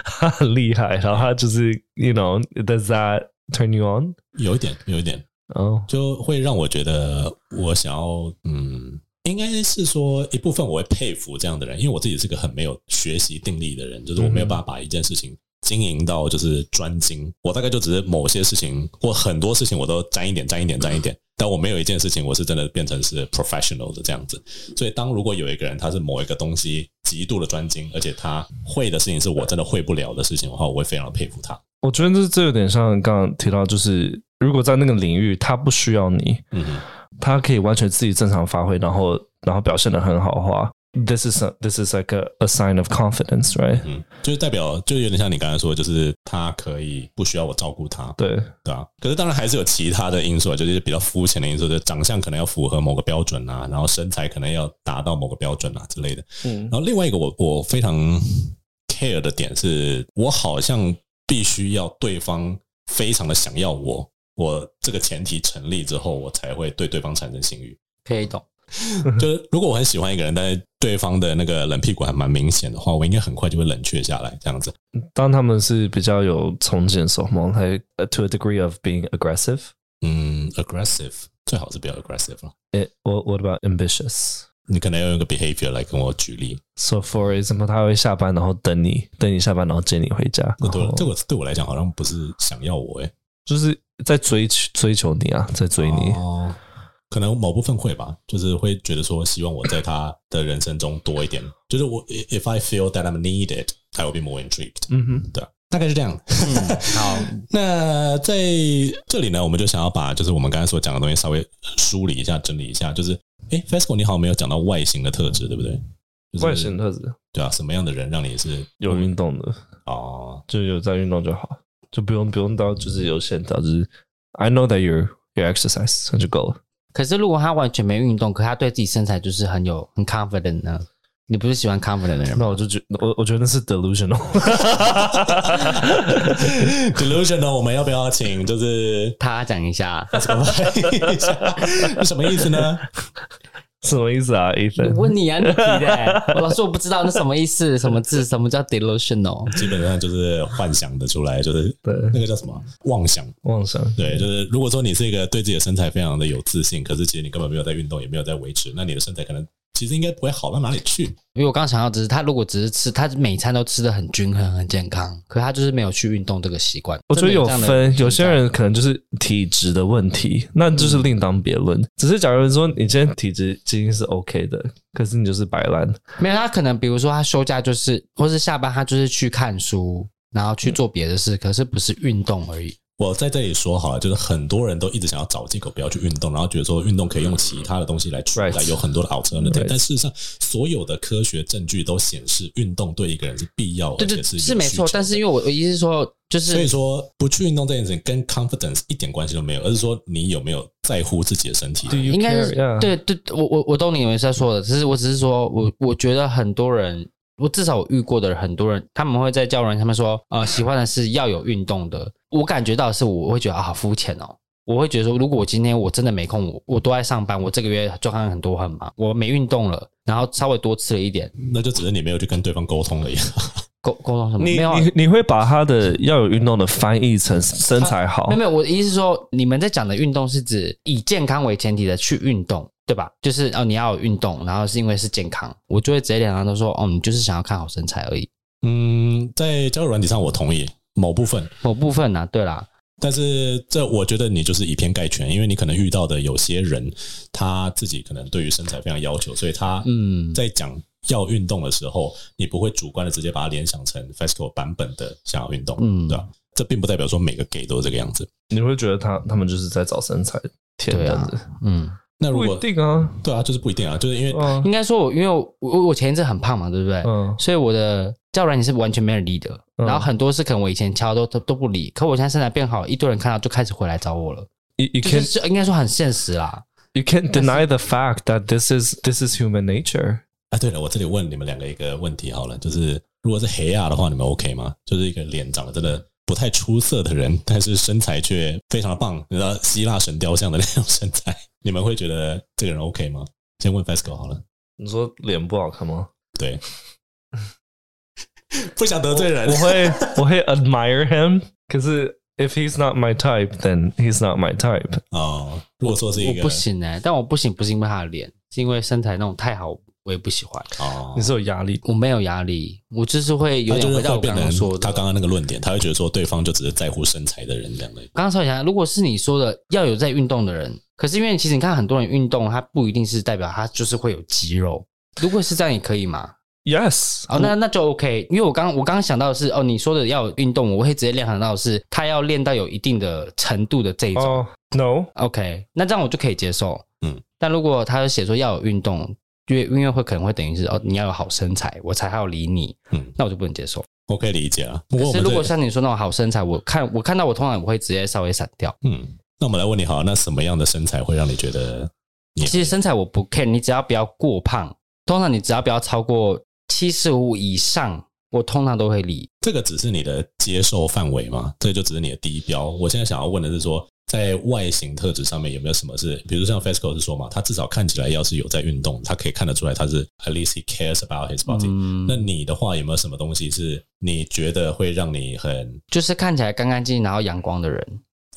Speaker 2: 他很厉害，然后他就是，you know，does that turn you on？
Speaker 1: 有一点，有一点，
Speaker 2: 哦、
Speaker 1: 就会让我觉得我想要，嗯，应该是说一部分我会佩服这样的人，因为我自己是个很没有学习定力的人，就是我没有办法把一件事情经营到就是专精，我大概就只是某些事情或很多事情我都沾一点沾一点沾一点，但我没有一件事情我是真的变成是 professional 的这样子。所以当如果有一个人他是某一个东西极度的专精，而且他会的事情是我真的会不了的事情的话，我会非常的佩服他。
Speaker 2: 我觉得这这有点像刚刚提到，就是如果在那个领域他不需要你，
Speaker 1: 嗯哼，
Speaker 2: 他可以完全自己正常发挥，然后然后表现的很好的话，this is a, this is like a, a sign of confidence, right？
Speaker 1: 嗯，就是代表，就有点像你刚才说的，就是他可以不需要我照顾他，
Speaker 2: 对，
Speaker 1: 对啊。可是当然还是有其他的因素，就是比较肤浅的因素，就是长相可能要符合某个标准啊，然后身材可能要达到某个标准啊之类的。
Speaker 2: 嗯
Speaker 1: 然，后另外一个我我非常 care 的点是，我好像必须要对方非常的想要我，我这个前提成立之后，我才会对对方产生性欲。
Speaker 3: 可以 懂。
Speaker 1: 就是如果我很喜欢一个人，但是对方的那个冷屁股还蛮明显的话，我应该很快就会冷却下来，这样子。
Speaker 2: 当他们是比较有重建手梦，还，uh, to a degree of being aggressive。
Speaker 1: 嗯，aggressive 最好是不要 aggressive 了。
Speaker 2: It, what what about ambitious？
Speaker 1: 你可能要用一个 behavior 来跟我举例，
Speaker 2: So for example，他会下班然后等你，等你下班然后接你回家，
Speaker 1: 这对
Speaker 2: 然后
Speaker 1: 这个对我来讲好像不是想要我诶、欸
Speaker 2: 就是在追求追求你啊，在追你。
Speaker 1: 哦，可能某部分会吧，就是会觉得说希望我在他的人生中多一点，就是我 if I feel that I'm needed, I will be more intrigued。
Speaker 2: 嗯哼，
Speaker 1: 对啊，大概是这样。
Speaker 3: 嗯，好，
Speaker 1: 那在这里呢，我们就想要把就是我们刚才所讲的东西稍微梳理一下、整理一下。就是，哎，FESCO 你好像没有讲到外形的特质，对不对？就是
Speaker 2: 外形特质
Speaker 1: 对啊，什么样的人让你是
Speaker 2: 有运动的，
Speaker 1: 哦？
Speaker 2: 就有在运动就好，就不用不用到就是有线条，就是 I know that you you exercise 那就够了。
Speaker 3: 可是如果他完全没运动，可他对自己身材就是很有很 confident 呢？你不是喜欢 confident 的人吗？
Speaker 2: 那我就觉我我觉得那是 delusional。
Speaker 1: delusion 呢？我们要不要请就是
Speaker 3: 他讲一下，啊
Speaker 1: FESCO 一下什么意思呢？
Speaker 2: 什么意思啊
Speaker 3: 我
Speaker 2: ，Ethan？
Speaker 3: 问你啊，你提的 欸、我老师我不知道那什么意思，什么字，什么叫 delusional？
Speaker 1: 基本上就是幻想的出来，就是
Speaker 2: 对
Speaker 1: 那个叫什么妄想。
Speaker 2: 妄想。
Speaker 1: 对，就是如果说你是一个对自己的身材非常的有自信，可是其实你根本没有在运动，也没有在维持，那你的身材可能其实应该不会好到哪里去。
Speaker 3: 因为我刚刚想到，只是他如果只是吃，他每餐都吃的很均衡、很健康，可他就是没有去运动这个习惯。
Speaker 2: 我觉得有
Speaker 3: 真的这样的
Speaker 2: 分，
Speaker 3: 存在
Speaker 2: 有些人可能就是体质的问题，那就是另当别论。只是假如说你今天体质基因是 OK 的，可是你就是摆烂，
Speaker 3: 没有，他可能比如说他休假就是，或是下班他就是去看书，然后去做别的事，可是不是运动而已。
Speaker 1: 我在这里说好了，就是很多人都一直想要找借口不要去运动，然后觉得说运动可以用其他的东西来取代
Speaker 2: Right
Speaker 1: 有很多的 alternative，
Speaker 2: Right
Speaker 1: 但事实上，所有的科学证据都显示运动对一个人是必要，
Speaker 3: 对
Speaker 1: 而
Speaker 3: 对
Speaker 1: 且是
Speaker 3: 是
Speaker 1: 有
Speaker 3: 没
Speaker 1: 需
Speaker 3: 错，
Speaker 1: 求
Speaker 3: 但
Speaker 1: 的
Speaker 3: 是因为我我意思是说，就
Speaker 1: 所以
Speaker 3: 是
Speaker 1: 说不去运动这件事情跟 confidence 一点关系都没有，而是说你有没有在乎自己的身体。
Speaker 2: Do you
Speaker 3: 应该是
Speaker 2: care? Yeah.
Speaker 3: 对对，我我我懂你们在说的，只是我只是说我我觉得很多人。我至少我遇过的很多人，他们会在教人，他们说，呃，喜欢的是要有运动的。我感觉到的是，我会觉得啊，好肤浅哦。我会觉得说，如果我今天我真的没空，我我都在上班，我这个月状况很多很忙，我没运动了，然后稍微多吃了一点，
Speaker 1: 那就只是你没有去跟对方沟通而已。
Speaker 3: 沟沟通什么？
Speaker 2: 你
Speaker 3: 没有啊
Speaker 2: 你你会把他的要有运动的翻译成身材好
Speaker 1: 哦
Speaker 3: 没有，没有，我的意思是说，你们在讲的运动是指以健康为前提的去运动，对吧？就是哦，你要有运动，然后是因为是健康，我就会直接两个人都说，哦，你就是想要看好身材而已。
Speaker 1: 嗯，在交友软体上我同意某部分，
Speaker 3: 某部分呢、啊，对啦，
Speaker 1: 但是这我觉得你就是以偏概全，因为你可能遇到的有些人，他自己可能对于身材非常要求，所以他
Speaker 3: 嗯，
Speaker 1: 在讲要运动的时候，你不会主观的直接把它联想成 FESCO 版本的想要运动，
Speaker 3: 嗯
Speaker 1: 对吧？这并不代表说每个 gay 都是这个样子。
Speaker 2: 你会觉得他他们就是在找身材填
Speaker 3: 对
Speaker 2: 单
Speaker 3: 啊
Speaker 2: 子，
Speaker 3: 嗯，
Speaker 1: 那如
Speaker 2: 不一
Speaker 1: 果
Speaker 2: 定啊。
Speaker 1: 对啊，就是不一定啊，就是因为
Speaker 2: 嗯
Speaker 3: 应该说我，因为我我我前一阵很胖嘛，对不对？
Speaker 2: 嗯
Speaker 3: 所以我的教软你是完全没人理的，
Speaker 2: 嗯
Speaker 3: 然后很多事可能我以前敲都都都不理，可我现在身材变好，一堆人看到就开始回来找我了，
Speaker 2: ，you you
Speaker 3: 就
Speaker 2: can
Speaker 3: 是应该说很现实啦。
Speaker 2: you can deny the fact that this is this is human nature。
Speaker 1: 啊，对了，我这里问你们两个一个问题好了，就是如果是黑亚的话，你们 OK 吗？就是一个脸长得真的不太出色的人，但是身材却非常的棒，你知道希腊神雕像的那种身材，你们会觉得这个人 OK 吗？先问 FESCO 好了，
Speaker 2: 你说脸不好看吗？
Speaker 1: 对，不想得罪人
Speaker 2: 我，会 我会 admire him，可是 if he's not my type，then he's not my type。
Speaker 1: 哦，如果说是一
Speaker 3: 我
Speaker 1: 个
Speaker 3: 不行哎、但我不行不是因为他的脸，是因为身材那种太好，我也不喜欢。
Speaker 1: 哦
Speaker 2: 你。是有压力，
Speaker 3: 我没有压力，我就是会有
Speaker 1: 他就
Speaker 3: 点
Speaker 1: 是
Speaker 3: 回到
Speaker 1: 会
Speaker 3: 我
Speaker 1: 变
Speaker 3: 刚刚说
Speaker 1: 成
Speaker 3: 的。
Speaker 1: 他刚刚那个论点，他会觉得说对方就只是在乎身材的人这样的。
Speaker 3: 刚刚稍微想，如果是你说的要有在运动的人，可是因为其实你看很多人运动，他不一定是代表他就是会有肌肉。如果是这样，也可以嘛？
Speaker 2: Yes，
Speaker 3: 哦，那那就 OK，因为我刚我刚想到的是哦，你说的要有运动，我会直接联想到的是他要练到有一定的程度的这一种。
Speaker 2: 哦、no，
Speaker 3: OK，那这样我就可以接受。
Speaker 1: 嗯
Speaker 3: 嗯，但如果他写说要有运动，因为音乐会可能会等于是哦，你要有好身材，我才还要理你。
Speaker 1: 嗯
Speaker 3: 嗯，那我就不能接受。
Speaker 1: 我可以理解啊。不
Speaker 3: 可
Speaker 1: 过我
Speaker 3: 是
Speaker 1: 们
Speaker 3: 如果
Speaker 1: 这
Speaker 3: 像你说那种好身材，我看我看到我通常我会直接稍微闪掉。
Speaker 1: 嗯，那我们来问你好，那什么样的身材会让你觉得你
Speaker 3: 其实身材我不 care，你只要不要过胖，通常你只要不要超过七十五以上，我通常都会理。
Speaker 1: 这个只是你的接受范围吗？这就只是你的低标。我现在想要问的是说，在外形特质上面有没有什么是，比如像 E FESCO 是说嘛，他至少看起来要是有在运动，他可以看得出来他是 at least he cares about his body、
Speaker 3: 嗯
Speaker 1: 那，你的话有没有什么东西是你觉得会让你很？
Speaker 3: 就是看起来干干净净，然后阳光的人，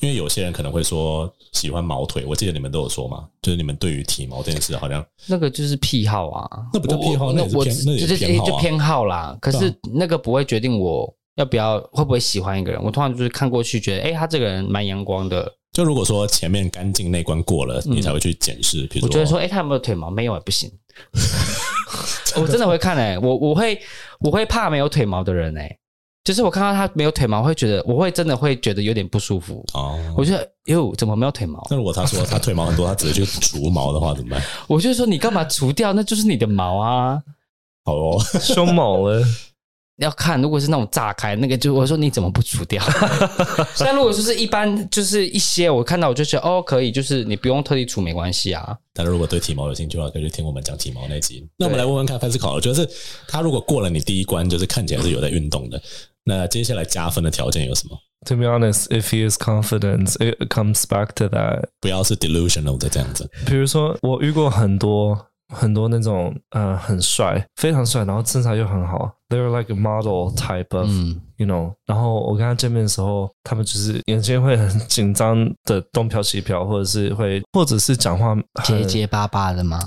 Speaker 1: 因为有些人可能会说喜欢毛腿，我记得你们都有说嘛，就是你们对于体毛这件事好像
Speaker 3: 那个就是癖好啊。
Speaker 1: 那不叫癖好
Speaker 3: 我
Speaker 1: 那也是
Speaker 3: 我
Speaker 1: 偏那也是
Speaker 3: 就是
Speaker 1: 偏好啊
Speaker 3: 就偏好啦。可
Speaker 1: 对
Speaker 3: 是
Speaker 1: 啊
Speaker 3: 那个不会决定我要不要会不会喜欢一个人。我通常就是看过去觉得，哎、他这个人蛮阳光的，
Speaker 1: 就如果说前面干净那关过了，
Speaker 3: 嗯
Speaker 1: 你才会去检视，比如
Speaker 3: 我
Speaker 1: 说
Speaker 3: 就会说，哎、他有没有腿毛？没有也不行。 我真的会看哎、我我会我会怕没有腿毛的人哎、就是我看到他没有腿毛，会觉得我会真的会觉得有点不舒服。
Speaker 1: 哦，
Speaker 3: 我觉得哟，怎么没有腿毛？
Speaker 1: 那如果他说他腿毛很多，他只是去除毛的话怎么办？
Speaker 3: 我就说你干嘛除掉？那就是你的毛啊！
Speaker 1: 好哦，
Speaker 2: 胸毛了，
Speaker 3: 要看，如果是那种炸开那个就，我说你怎么不除掉？ 但如果就是一般就是一些我看到我就觉得哦可以，就是你不用特地除没关系啊。
Speaker 1: 大家如果对体毛有兴趣的话，可以去听我们讲体毛那一集。那我们来问问看范思考，就是他如果过了你第一关，就是看起来是有在运动的，那接下来加分的条件有什么？
Speaker 2: To be honest, if he is confident, it comes back to that.
Speaker 1: 不要是 delusional 的这样子。
Speaker 2: 比如说，我遇过很多很多那种呃很帅，非常帅，然后身材又很好，they're like a model type of、
Speaker 3: 嗯，
Speaker 2: you know。然后我跟他见面的时候，他们就是眼睛会很紧张的东飘西飘，或者是会，或者是讲话很
Speaker 3: 结结巴巴的嘛，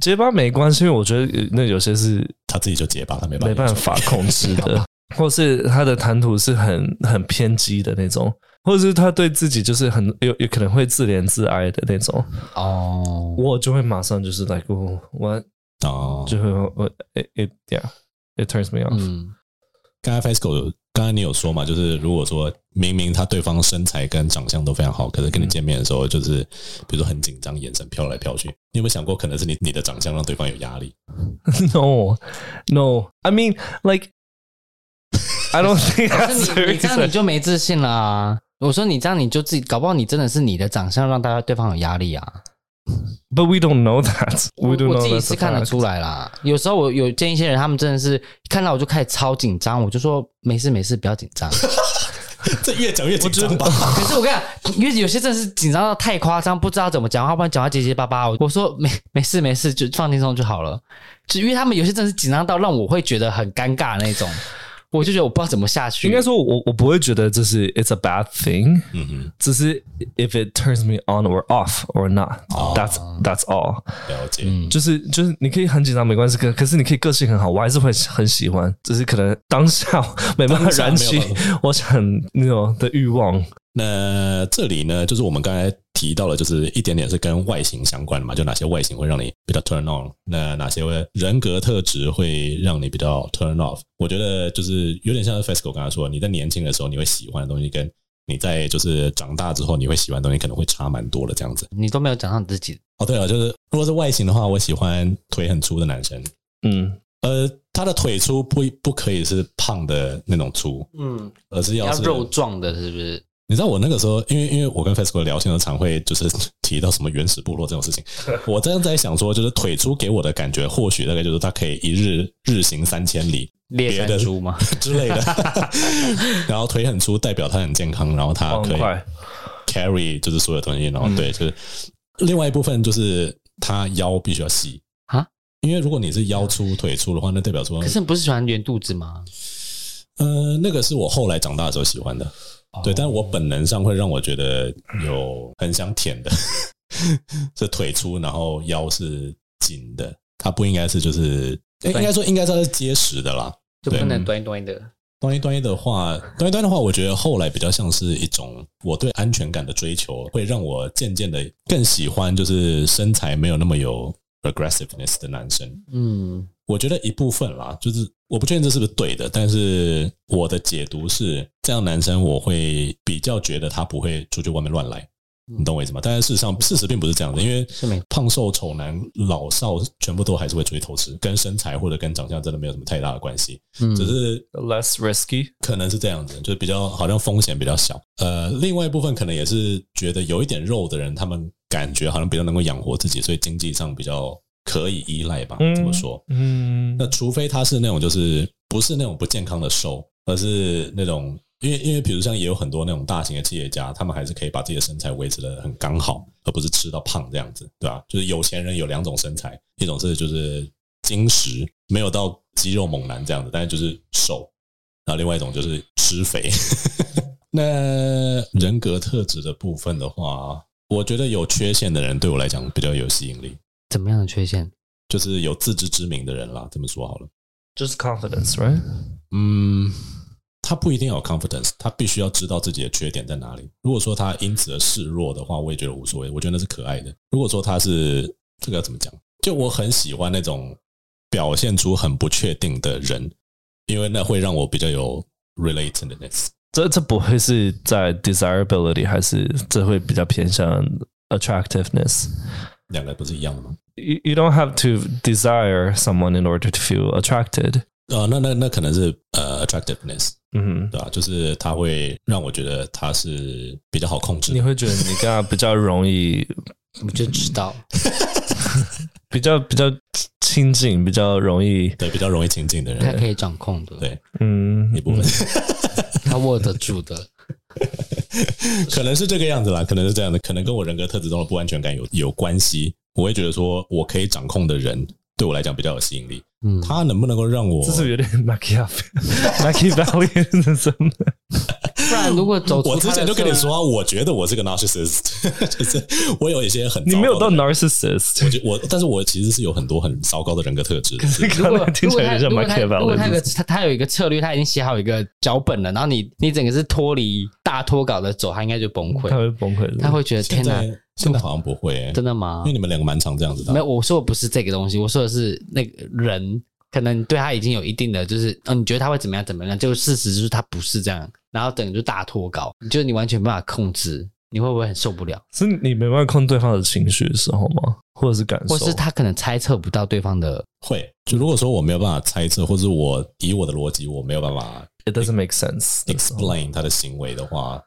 Speaker 2: 结巴没关系，因为我觉得呃那有些是
Speaker 1: 他自己就结巴，他没办法。
Speaker 2: 没办法控制 的，或是他的谈吐是很很偏激的那种，或者是他对自己就是很有有可能会自怜自哀的那种，
Speaker 3: 哦，
Speaker 2: 我就会马上就是 like 我我
Speaker 1: 哦，
Speaker 2: 就会我 it it yeah it turns me off、
Speaker 3: 嗯，
Speaker 1: 刚才 FESCO 有刚才你有说嘛，就是如果说明明他对方身材跟长相都非常好，可是跟你见面的时候，就是比如说很紧张，眼神飘来飘去，你有没有想过可能是你你的长相让对方有压力？
Speaker 2: no no I mean like I don't think
Speaker 3: 可是
Speaker 2: that's
Speaker 3: 你你这样你
Speaker 2: serious
Speaker 3: 就没自信了啊。我说你这样你就自己，搞不好你真的是你的长相让大家对方有压力啊。
Speaker 2: but we don't know that we
Speaker 3: 我
Speaker 2: don't
Speaker 3: 我
Speaker 2: know
Speaker 3: 自己
Speaker 2: that's
Speaker 3: 是
Speaker 2: a
Speaker 3: 看得
Speaker 2: fact
Speaker 3: 出来啦。有时候我有见一些人，他们真的是看到我就开始超紧张，我就说没事没事，不要紧 张。
Speaker 1: 这越讲越紧张吧？
Speaker 3: 可是我跟你讲，因为有些真的是紧张到太夸张，不知道怎么讲话，不然讲话结结巴巴。我我说没 没事没事，就放轻松就好了。就因为他们有些真的是紧张到让我会觉得很尴尬那种，我就觉得我不知道怎么下去。
Speaker 2: 应该说我我不会觉得这是 it's a bad thing。
Speaker 1: 嗯哼，
Speaker 2: 只是 if it turns me on or off or not，that's、
Speaker 1: 哦
Speaker 2: that's all、
Speaker 1: 了解。
Speaker 3: 嗯
Speaker 2: 就是就是你可以很紧张没关系，可可是你可以个性很好，我还是会很喜欢，只是可能当下 没办法
Speaker 1: 当下
Speaker 2: 燃起
Speaker 1: 没有办
Speaker 2: 我想那种的欲望。
Speaker 1: 那这里呢，就是我们刚才提到了，就是一点点是跟外形相关的嘛，就哪些外形会让你比较 turn on，那哪些人格特质会让你比较 turn off。我觉得就是有点像是 FESCO 刚才说，你在年轻的时候你会喜欢的东西，跟你在就是长大之后你会喜欢的东西可能会差蛮多的这样子。
Speaker 3: 你都没有讲到你自己，
Speaker 1: 哦，对了，就是如果是外形的话，我喜欢腿很粗的男生，
Speaker 2: 嗯，
Speaker 1: 呃，他的腿粗不不可以是胖的那种粗，
Speaker 3: 嗯，
Speaker 1: 而是要
Speaker 3: 要
Speaker 1: 是
Speaker 3: 肉壮的，是不是？
Speaker 1: 你知道我那个时候，因为因为我跟 FESCO 聊天的常会就是 提到什么原始部落这种事情，我真的在想说，就是腿粗给我的感觉，或许大概就是他可以一日日行三千里
Speaker 3: 猎
Speaker 1: 别
Speaker 3: 山
Speaker 1: 的
Speaker 3: 猪吗？
Speaker 1: 之类的， 然后腿很粗代表他很健康，然后他
Speaker 2: 跑
Speaker 1: 可
Speaker 2: 很
Speaker 1: 以
Speaker 2: 快，
Speaker 1: carry 就是所有东西，然后
Speaker 2: 嗯
Speaker 1: 对，就是另外一部分就是他腰必须要细
Speaker 3: 啊，
Speaker 1: 因为如果你是腰粗腿粗的话，那代表说
Speaker 3: 可，是你不是喜欢圆肚子吗？
Speaker 1: 呃，那个是我后来长大的时候喜欢的，哦对，但我本能上会让我觉得有很想舔的， 是腿粗，然后腰是紧的，它不应该是就是，诶应该说应该是它是结实的啦。
Speaker 3: 就不
Speaker 2: 对
Speaker 3: 能端一端的。
Speaker 1: 端一端一的话，端一端的话，我觉得后来比较像是一种我对安全感的追求，会让我渐渐的更喜欢，就是身材没有那么有 aggressiveness 的男生。
Speaker 3: 嗯，
Speaker 1: 我觉得一部分啦，就是我不确定这是不是对的，但是我的解读是，这样男生我会比较觉得他不会出去外面乱来，
Speaker 3: 嗯
Speaker 1: 你懂我意思吗？但是事实上，事实并不是这样的，因为
Speaker 3: 是没
Speaker 1: 胖瘦、丑男、老少，全部都还是会出去偷吃，跟身材或者跟长相真的没有什么太大的关系，
Speaker 3: 嗯
Speaker 1: 只是
Speaker 2: less risky，
Speaker 1: 可能是这样子，就是比较好像风险比较小。呃，另外一部分可能也是觉得有一点肉的人，他们感觉好像比较能够养活自己，所以经济上比较可以依赖吧。
Speaker 2: 嗯
Speaker 1: 这么说？
Speaker 2: 嗯
Speaker 1: 那除非他是那种就是不是那种不健康的瘦，而是那种因为因为比如像也有很多那种大型的企业家，他们还是可以把自己的身材维持的很刚好，而不是吃到胖这样子，对吧、就是有钱人有两种身材，一种是就是精实，没有到肌肉猛男这样子，但是就是瘦，然后另外一种就是吃肥。 那人格特质的部分的话，我觉得有缺陷的人对我来讲比较有吸引力，
Speaker 3: 怎么样的缺陷？
Speaker 1: 就是有自知之明的人啦，这么说好了。
Speaker 2: 就是 confidence，right？
Speaker 1: 嗯，他不一定要有 confidence，他必须要知道自己的缺点在哪里。如果说他因此而示弱的话，我也觉得无所谓，我觉得那是可爱的。如果说他是这个要怎么讲？就我很喜欢那种表现出很不确定的人，因为那会让我比较有 relatedness。
Speaker 2: 这这不会是在 desirability，还是这会比较偏向 attractiveness？
Speaker 1: 两个不是一样的吗？
Speaker 2: You you don't have to desire someone in order to feel attracted.
Speaker 1: 呃，那那那可能是呃 attractiveness，
Speaker 2: 嗯，
Speaker 1: 对吧、就是他会让我觉得他是比较好控制
Speaker 2: 你
Speaker 1: 的。
Speaker 2: 会觉得你跟他比较容易，
Speaker 3: 我就知道，
Speaker 2: 比较比较亲近，比较容易，
Speaker 1: 对，比较容易亲近的
Speaker 3: 他
Speaker 1: 人
Speaker 3: 可以掌控的，
Speaker 1: 对
Speaker 2: 嗯
Speaker 1: 一，部分，
Speaker 3: 他握得住的。
Speaker 1: 可能是这个样子啦，可能是这样的，可能跟我人格特质中的不安全感有有关系。我会觉得说，我可以掌控的人对我来讲比较有吸引力。
Speaker 3: 嗯，
Speaker 1: 他能不能够让我
Speaker 2: 这？是有点啊 Machiavellianism。
Speaker 3: 不然如果走出
Speaker 1: 我之
Speaker 3: 他
Speaker 1: 前
Speaker 3: 的
Speaker 1: 就跟你
Speaker 3: 社
Speaker 1: 说啊，我觉得我是个 narcissist，就是 我有一些很
Speaker 2: 你没有到
Speaker 1: 糟糕的
Speaker 2: narcissist，
Speaker 1: 人我，但是我其实是有很多很糟糕的人格特质的。
Speaker 2: 这
Speaker 3: 如
Speaker 2: 个
Speaker 3: 果
Speaker 2: 听起来有点像
Speaker 3: 如果他如果他有
Speaker 2: Machiavellianism
Speaker 3: 个。他他有一个策略，他已经写好一个脚本了，然后你你整个是脱离大脱稿的走，他应该就崩
Speaker 2: 他
Speaker 3: 溃，
Speaker 2: 会崩溃的。
Speaker 3: 他会觉得天
Speaker 1: 现
Speaker 3: 哪，
Speaker 1: 在现在好像不会、欸，
Speaker 3: 真的吗
Speaker 1: 因为？你们两个蛮常这样子的啊。
Speaker 3: 没有，我说的不是这个东西，我说的是那个人，可能对他已经有一定的就是，嗯、你觉得他会怎么样怎么样，就事实就是他不是这样，然后等于就大脱稿，就是你完全没办法控制，你会不会很受不了？
Speaker 2: 是你没办法控对方的情绪的时候吗？或者是感受？
Speaker 3: 或是他可能猜测不到对方的，
Speaker 1: 会，就如果说我没有办法猜测，或者我以我的逻辑，我没有办法
Speaker 2: it doesn't make sense 的时候
Speaker 1: explain 他的行为的话，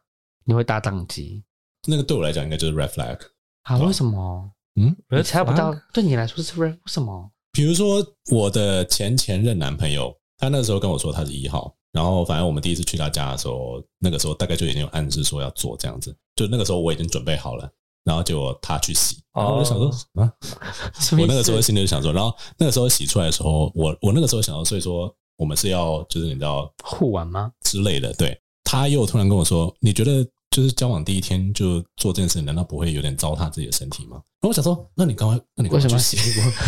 Speaker 3: 你会大宕机
Speaker 1: 那个对我来讲应该就是 red flag。
Speaker 3: 啊？呃为什么？你
Speaker 2: Red
Speaker 3: 猜不
Speaker 2: flag？
Speaker 3: 到，对你来说是不是为什么？
Speaker 1: 比如说我的前前任男朋友，他那时候跟我说他是一号，然后反正我们第一次去他家的时候，那个时候大概就已经有暗示说要做这样子，就那个时候我已经准备好了。然后结果他去洗，
Speaker 2: 哦
Speaker 1: 然后我就想说啊，
Speaker 3: 什么
Speaker 1: 我
Speaker 3: 意思
Speaker 1: 那个时候心里就想说，然后那个时候洗出来的时候，我我那个时候想到，所以说我们是要就是你知道
Speaker 3: 互玩吗？
Speaker 1: 之类的，对，他又突然跟我说，你觉得就是交往第一天就做这件事，难道不会有点糟蹋自己的身体吗？然后我想说，那你刚快，那你
Speaker 3: 为
Speaker 1: 赶快
Speaker 3: 什么
Speaker 1: 去
Speaker 3: 要
Speaker 1: 洗
Speaker 3: 洗？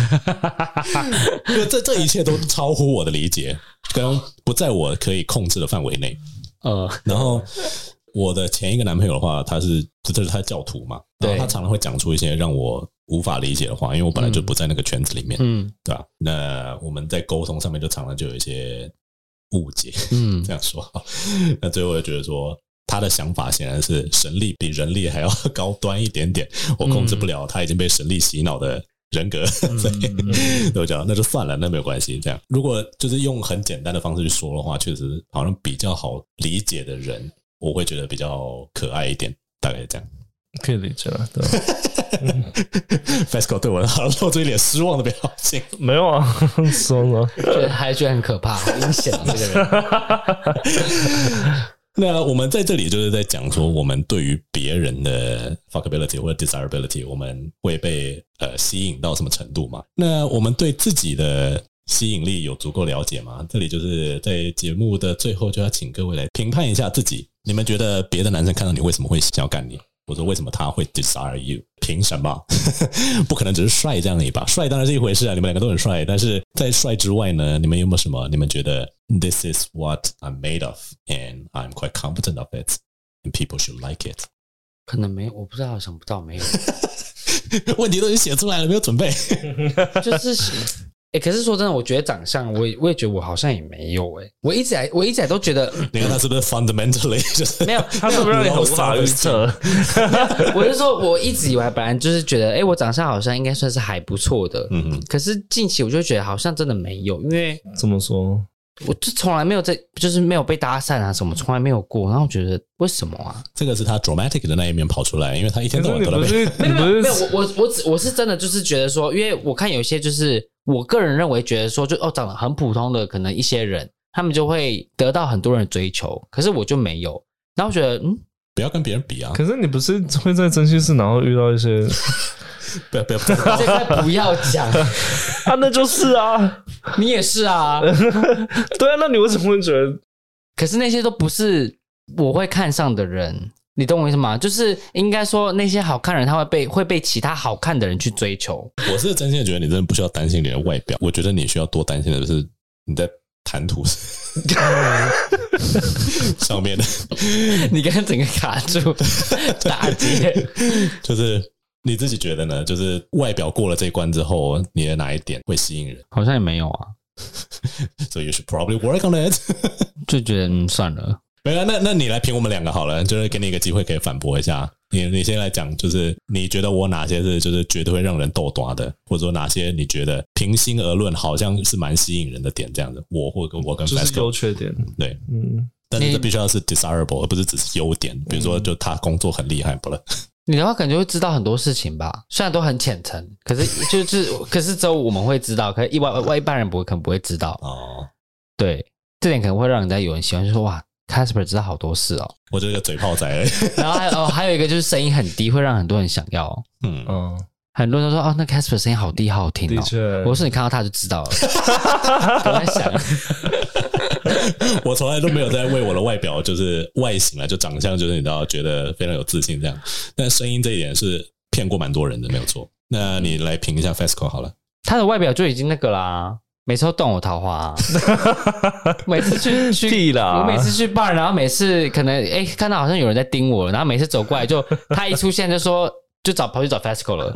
Speaker 3: 过？
Speaker 1: 因为这这一切都超乎我的理解，跟不在我可以控制的范围内。
Speaker 3: 呃，
Speaker 1: 然后我的前一个男朋友的话，他是就是他教徒嘛，然后
Speaker 3: 对
Speaker 1: 他常常会讲出一些让我无法理解的话，因为我本来就不在那个圈子里面，
Speaker 3: 嗯
Speaker 1: 对吧、那我们在沟通上面就常常就有一些误解，
Speaker 3: 嗯
Speaker 1: 这样说好。那最后就觉得说。他的想法显然是神力比人力还要高端一点 点，我控制不了他已经被神力洗脑的人格，所以 对我讲，那就算了，那没有关系。这样，如果就是用很简单的方式去说的话，确实好像比较好理解的人，我会觉得比较可爱一点。大概是这样。
Speaker 2: 可以理解了，对吧？
Speaker 1: FESCO 对我好像露出一脸失望的表情。
Speaker 2: 没有啊， 说了，
Speaker 3: 觉得还觉得很可怕，好阴险啊！这个 人。
Speaker 1: 那我们在这里就是在讲说，我们对于别人的 fuckability 或者 desirability，我们会被呃吸引到什么程度嘛？那我们对自己的吸引力有足够了解吗？这里就是在节目的最后，就要请各位来评判一下自己，你们觉得别的男生看到你为什么会想要干你？我说为什么他会 desire you？凭什么？ 不可能只是帅这样一把，帅当然是一回事啊，你们两个都很帅，但是在帅之外呢，你们有没有什么？你们觉得 this is what I'm made of and I'm quite competent of it and people should like it？
Speaker 3: 可能没有，我不知道，想不到没有。
Speaker 1: 问题都已经写出来了，没有准备。
Speaker 3: 就是， 哎、可是说真的，我觉得长相，我也我也觉得我好像也没有哎、我一直来，我一直来都觉得嗯
Speaker 1: 你看他是不是 fundamentally 就是
Speaker 3: 没有，
Speaker 2: 他是不是让你很无法预测？
Speaker 3: 我是说，我一直以来本来就是觉得，哎、我长相好像应该算是还不错的，
Speaker 1: 嗯哼
Speaker 3: 可是近期我就觉得好像真的没有，因为
Speaker 2: 怎么说？
Speaker 3: 我就从来没有在，就是没有被搭讪啊什么，从来没有过。然后我觉得为什么啊？
Speaker 1: 这个是他 dramatic 的那一面跑出来，因为他一天
Speaker 2: 可
Speaker 1: 到
Speaker 2: 是
Speaker 1: 晚
Speaker 2: 你
Speaker 1: 都在
Speaker 2: 不
Speaker 1: 被
Speaker 2: 是你不
Speaker 3: 没有，我
Speaker 2: 是
Speaker 3: 我我只我是真的就是觉得说，因为我看有一些就是我个人认为觉得说就，哦长得很普通的，可能一些人他们就会得到很多人的追求，可是我就没有。然后觉得嗯，
Speaker 1: 不要跟别人比啊，
Speaker 2: 可是你不是会在蒸汽室，然后遇到一些
Speaker 1: 不要不要，
Speaker 3: 这块不要讲，
Speaker 2: 啊，那就是啊，
Speaker 3: 你也是啊。
Speaker 2: 对啊，那你为什么会觉得
Speaker 3: 可是那些都不是我会看上的人，你懂我意思吗？就是应该说那些好看的人，他会被会被其他好看的人去追求。
Speaker 1: 我是真心的觉得你真的不需要担心你的外表，我觉得你需要多担心的是你在谈吐 上面的，
Speaker 3: 你刚刚整个卡住， 打结。
Speaker 1: 就是你自己觉得呢？就是外表过了这一关之后，你的哪一点会吸引人
Speaker 3: 好像也没有啊，
Speaker 1: ？So you should probably work on it 。
Speaker 3: 就觉得嗯算了。
Speaker 1: 没了，那那你来评我们两个好了，就是给你一个机会可以反驳一下。你你先来讲，就是你觉得我哪些是就是绝对会让人斗短的，或者说哪些你觉得平心而论好像是蛮吸引人的点这样子。我或跟我跟 f
Speaker 2: 就
Speaker 1: a s
Speaker 2: 是
Speaker 1: c o
Speaker 2: 优缺点？
Speaker 1: 对，
Speaker 2: 嗯，
Speaker 1: 但是
Speaker 3: 你
Speaker 1: 这必须要是 desirable，而不是只是优点。比如说，就他工作很厉害，不了，
Speaker 3: 你的话感觉会知道很多事情吧，虽然都很浅层，可是就是可是只有我们会知道，可是一般外一般人不会，可能不会知道。
Speaker 1: 哦，
Speaker 3: 对，这点可能会让人家有人喜欢，就说哇，Casper 知道好多事哦。
Speaker 1: 我就是个嘴炮仔而已。
Speaker 3: 然后还有哦，还有一个就是声音很低，会让很多人想要哦、
Speaker 1: 嗯，
Speaker 2: 哦，
Speaker 3: 很多人都说哦，那 Casper 声音好低好好听
Speaker 2: 的
Speaker 3: 哦。
Speaker 2: 确，
Speaker 3: 我说你看到他就知道了，我在想，
Speaker 1: 我从来都没有在为我的外表，就是外形啊，就长相，就是你知道，觉得非常有自信这样。但声音这一点是骗过蛮多人的，没有错。那你来评一下 FESCO 好了。
Speaker 3: 他的外表就已经那个啦，每次都断我桃花、啊，每次去去
Speaker 2: 屁啦
Speaker 3: 我每次去 bar，然后每次可能哎、看到好像有人在盯我，然后每次走过来就他一出现就说就找跑去找 Fasco 了，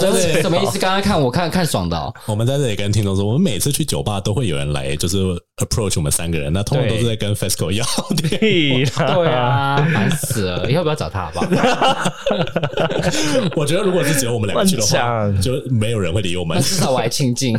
Speaker 1: 真
Speaker 3: 想
Speaker 1: 的耶
Speaker 3: 说什么意思？刚刚看我看看爽的、哦，
Speaker 1: 我们在这里跟听众说，我们每次去酒吧都会有人来，就是 approach 我们三个人，那通常都是在跟 FESCO 要的。
Speaker 2: 屁 啦，
Speaker 3: 对啊，烦死了，以后不要找他好 不好？
Speaker 1: 我觉得如果是只有我们两个去的话
Speaker 2: 乱，讲
Speaker 1: 就没有人会理我们
Speaker 3: 那。至少啊我还清静，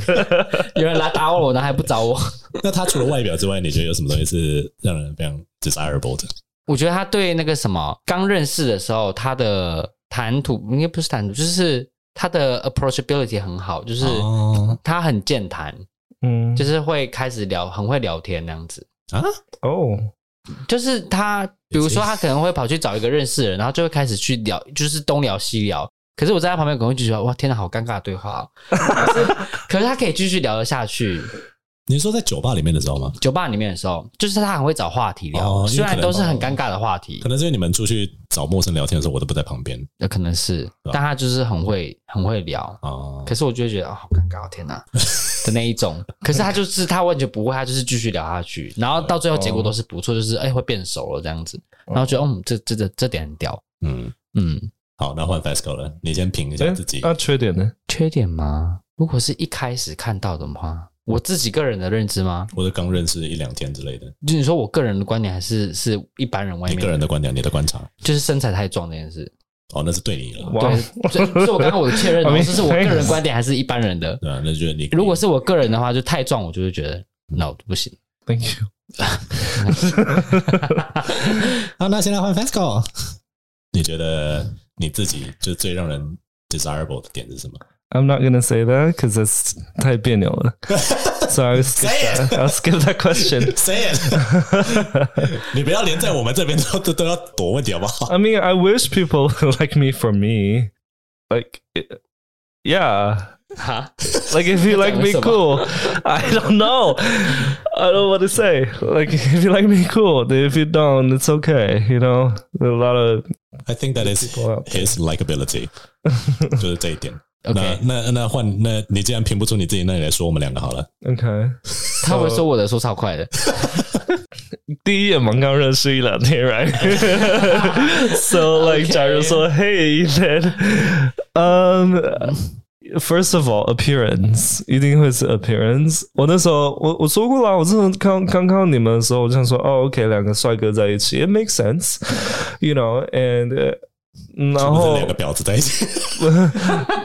Speaker 3: 有人来打我，然后还不找我。
Speaker 1: 那他除了外表之外，你觉得有什么东西是让人非常 desirable 的？
Speaker 3: 我觉得他对那个什么刚认识的时候，他的谈吐应该不是谈吐，就是他的 approachability 很好，就是
Speaker 1: 哦
Speaker 3: 他很健谈，
Speaker 2: 嗯，
Speaker 3: 就是是会开始聊，很会聊天那样子。
Speaker 1: 啊，
Speaker 2: 哦，
Speaker 3: 就是他，比如说他可能会跑去找一个认识的人，然后就会开始去聊，就是东聊西聊。可是我在他旁边可能会就觉得哇，天哪，好尴尬的对话、 哦。可是，可是他可以继续聊得下去。
Speaker 1: 你是说在酒吧里面的时候吗？
Speaker 3: 酒吧里面的时候，就是他很会找话题聊，
Speaker 1: 哦因为
Speaker 3: 虽
Speaker 1: 可
Speaker 3: 然
Speaker 1: 能
Speaker 3: 都是很尴尬的话题
Speaker 1: 可，能是因为你们出去找陌生聊天的时候，我都不在旁边
Speaker 3: 有可能是，
Speaker 1: 啊
Speaker 3: 但他就是很会很会聊。
Speaker 1: 哦。
Speaker 3: 可是我就会觉得啊、好尴尬、哦，天 哪的那一种。可是他就是他完全不会，他就是继续聊下去，然后到最后结
Speaker 1: 哦
Speaker 3: 果都是不错，就是哎、会变熟了这样子，然后觉得嗯这这这这点很屌，
Speaker 1: 嗯，
Speaker 3: 嗯，
Speaker 1: 好，那换 FESCO 了，你先评一下
Speaker 2: 哎
Speaker 1: 自己。
Speaker 2: 那缺点呢？
Speaker 3: 缺点吗？如果是一开始看到的话，我自己个人的认知吗？
Speaker 1: 或者刚认识一两天之类的，
Speaker 3: 就你说我个人的观点，还是是一般人外
Speaker 1: 你
Speaker 3: 面
Speaker 1: 个人的观点，你的观察，
Speaker 3: 就是身材太壮这件事？
Speaker 1: 哦，那是对你了，
Speaker 2: 哇
Speaker 3: 对，所以所以我刚刚我的确认
Speaker 2: I
Speaker 3: 哦，
Speaker 2: mean,
Speaker 3: 这是我个人观点还是一般人的？
Speaker 1: 对啊，那就是你。
Speaker 3: 如果是我个人的话，就太壮，我就会觉得 no 不行。
Speaker 2: ，Thank you。
Speaker 1: 好，啊那现在换 FESCO，你觉得你自己就最让人 desirable 的点是什么？
Speaker 2: I'm not gonna say that because that's 太别 扭了，so I'll skip
Speaker 1: Say it.
Speaker 2: that. I'll skip that question.
Speaker 1: Say it，你不要连在我们这边都都都要躲问题好不好？
Speaker 2: I mean, I wish people like me for me. Like, it- yeah.
Speaker 3: 哈，
Speaker 2: Like, if you like me,
Speaker 3: 在讲什么？
Speaker 2: cool. I don't know. I don't want to say. Like, if you like me, cool. If you don't, it's okay. You know, there are a lot of
Speaker 1: I think that is
Speaker 2: people out.
Speaker 1: his likability，就是这一点。那
Speaker 3: OK，
Speaker 1: 那那换，那你既然评不出你自己，那你来说我们两个好了。
Speaker 2: Okay.
Speaker 3: 他会说我的说超快的，
Speaker 2: 第一眼蛮刚认识一两天，right？So like，假如说，Hey, then, 嗯、f i r s t Um, of all，appearance 一定会是 appearance。我那时候我我说过了，我真的刚刚看到你们的时候，我就想说，哦，OK，两个帅哥在一起，it makes sense，you know，and、然
Speaker 1: 是不是
Speaker 2: 后
Speaker 1: 两个婊子在一起，